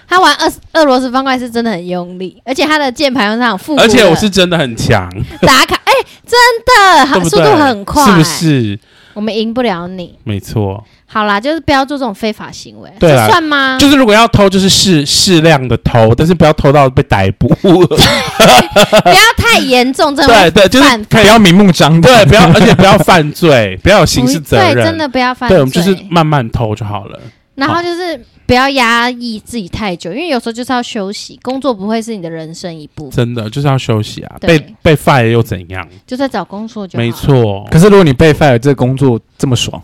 Speaker 2: 他玩俄俄罗斯方块是真的很用力，而且他的键盘上有复古的
Speaker 1: 而且我是真的很强，
Speaker 2: 打卡，哎、真的
Speaker 1: 对不
Speaker 2: 速
Speaker 1: 对？
Speaker 2: 度很快，
Speaker 1: 是不？是？
Speaker 2: 我们赢不了你。
Speaker 1: 没错，
Speaker 2: 好啦，就是不要做这种非法行为，
Speaker 1: 对
Speaker 2: 这
Speaker 1: 啦
Speaker 2: 算吗？
Speaker 1: 就是如果要偷，就是适适量的偷，但是不要偷到被逮捕。
Speaker 2: 不要太严重，真的
Speaker 1: 对
Speaker 2: 会
Speaker 1: 对，就是
Speaker 2: 犯
Speaker 1: 可
Speaker 3: 不
Speaker 1: 以
Speaker 3: 要明目张胆。
Speaker 1: 对，不要，而且不要犯罪， 不要有刑事责任。
Speaker 2: 对，真的不要犯
Speaker 1: 对，
Speaker 2: 罪。
Speaker 1: 我们就是慢慢偷就好了。
Speaker 2: 然后就是不要压抑自己太久，因为有时候就是要休息，工作不会是你的人生一部分，
Speaker 1: 真的就是要休息啊，
Speaker 2: 对
Speaker 1: 被被 fire 又怎样？
Speaker 2: 就在找工作就好。
Speaker 1: 没，错，
Speaker 3: 可是如果你被 fire 这个工作这么爽，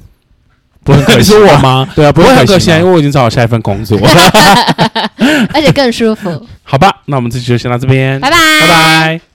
Speaker 1: 不很可惜我吗？
Speaker 3: 对啊，
Speaker 1: 不
Speaker 3: 不
Speaker 1: 会很可惜啊，因
Speaker 3: 惜
Speaker 1: 为我已经找好下一份 工作。
Speaker 2: 而且更舒服。
Speaker 1: 好吧，那我们这期就先到这边，
Speaker 2: 拜拜，
Speaker 1: 拜拜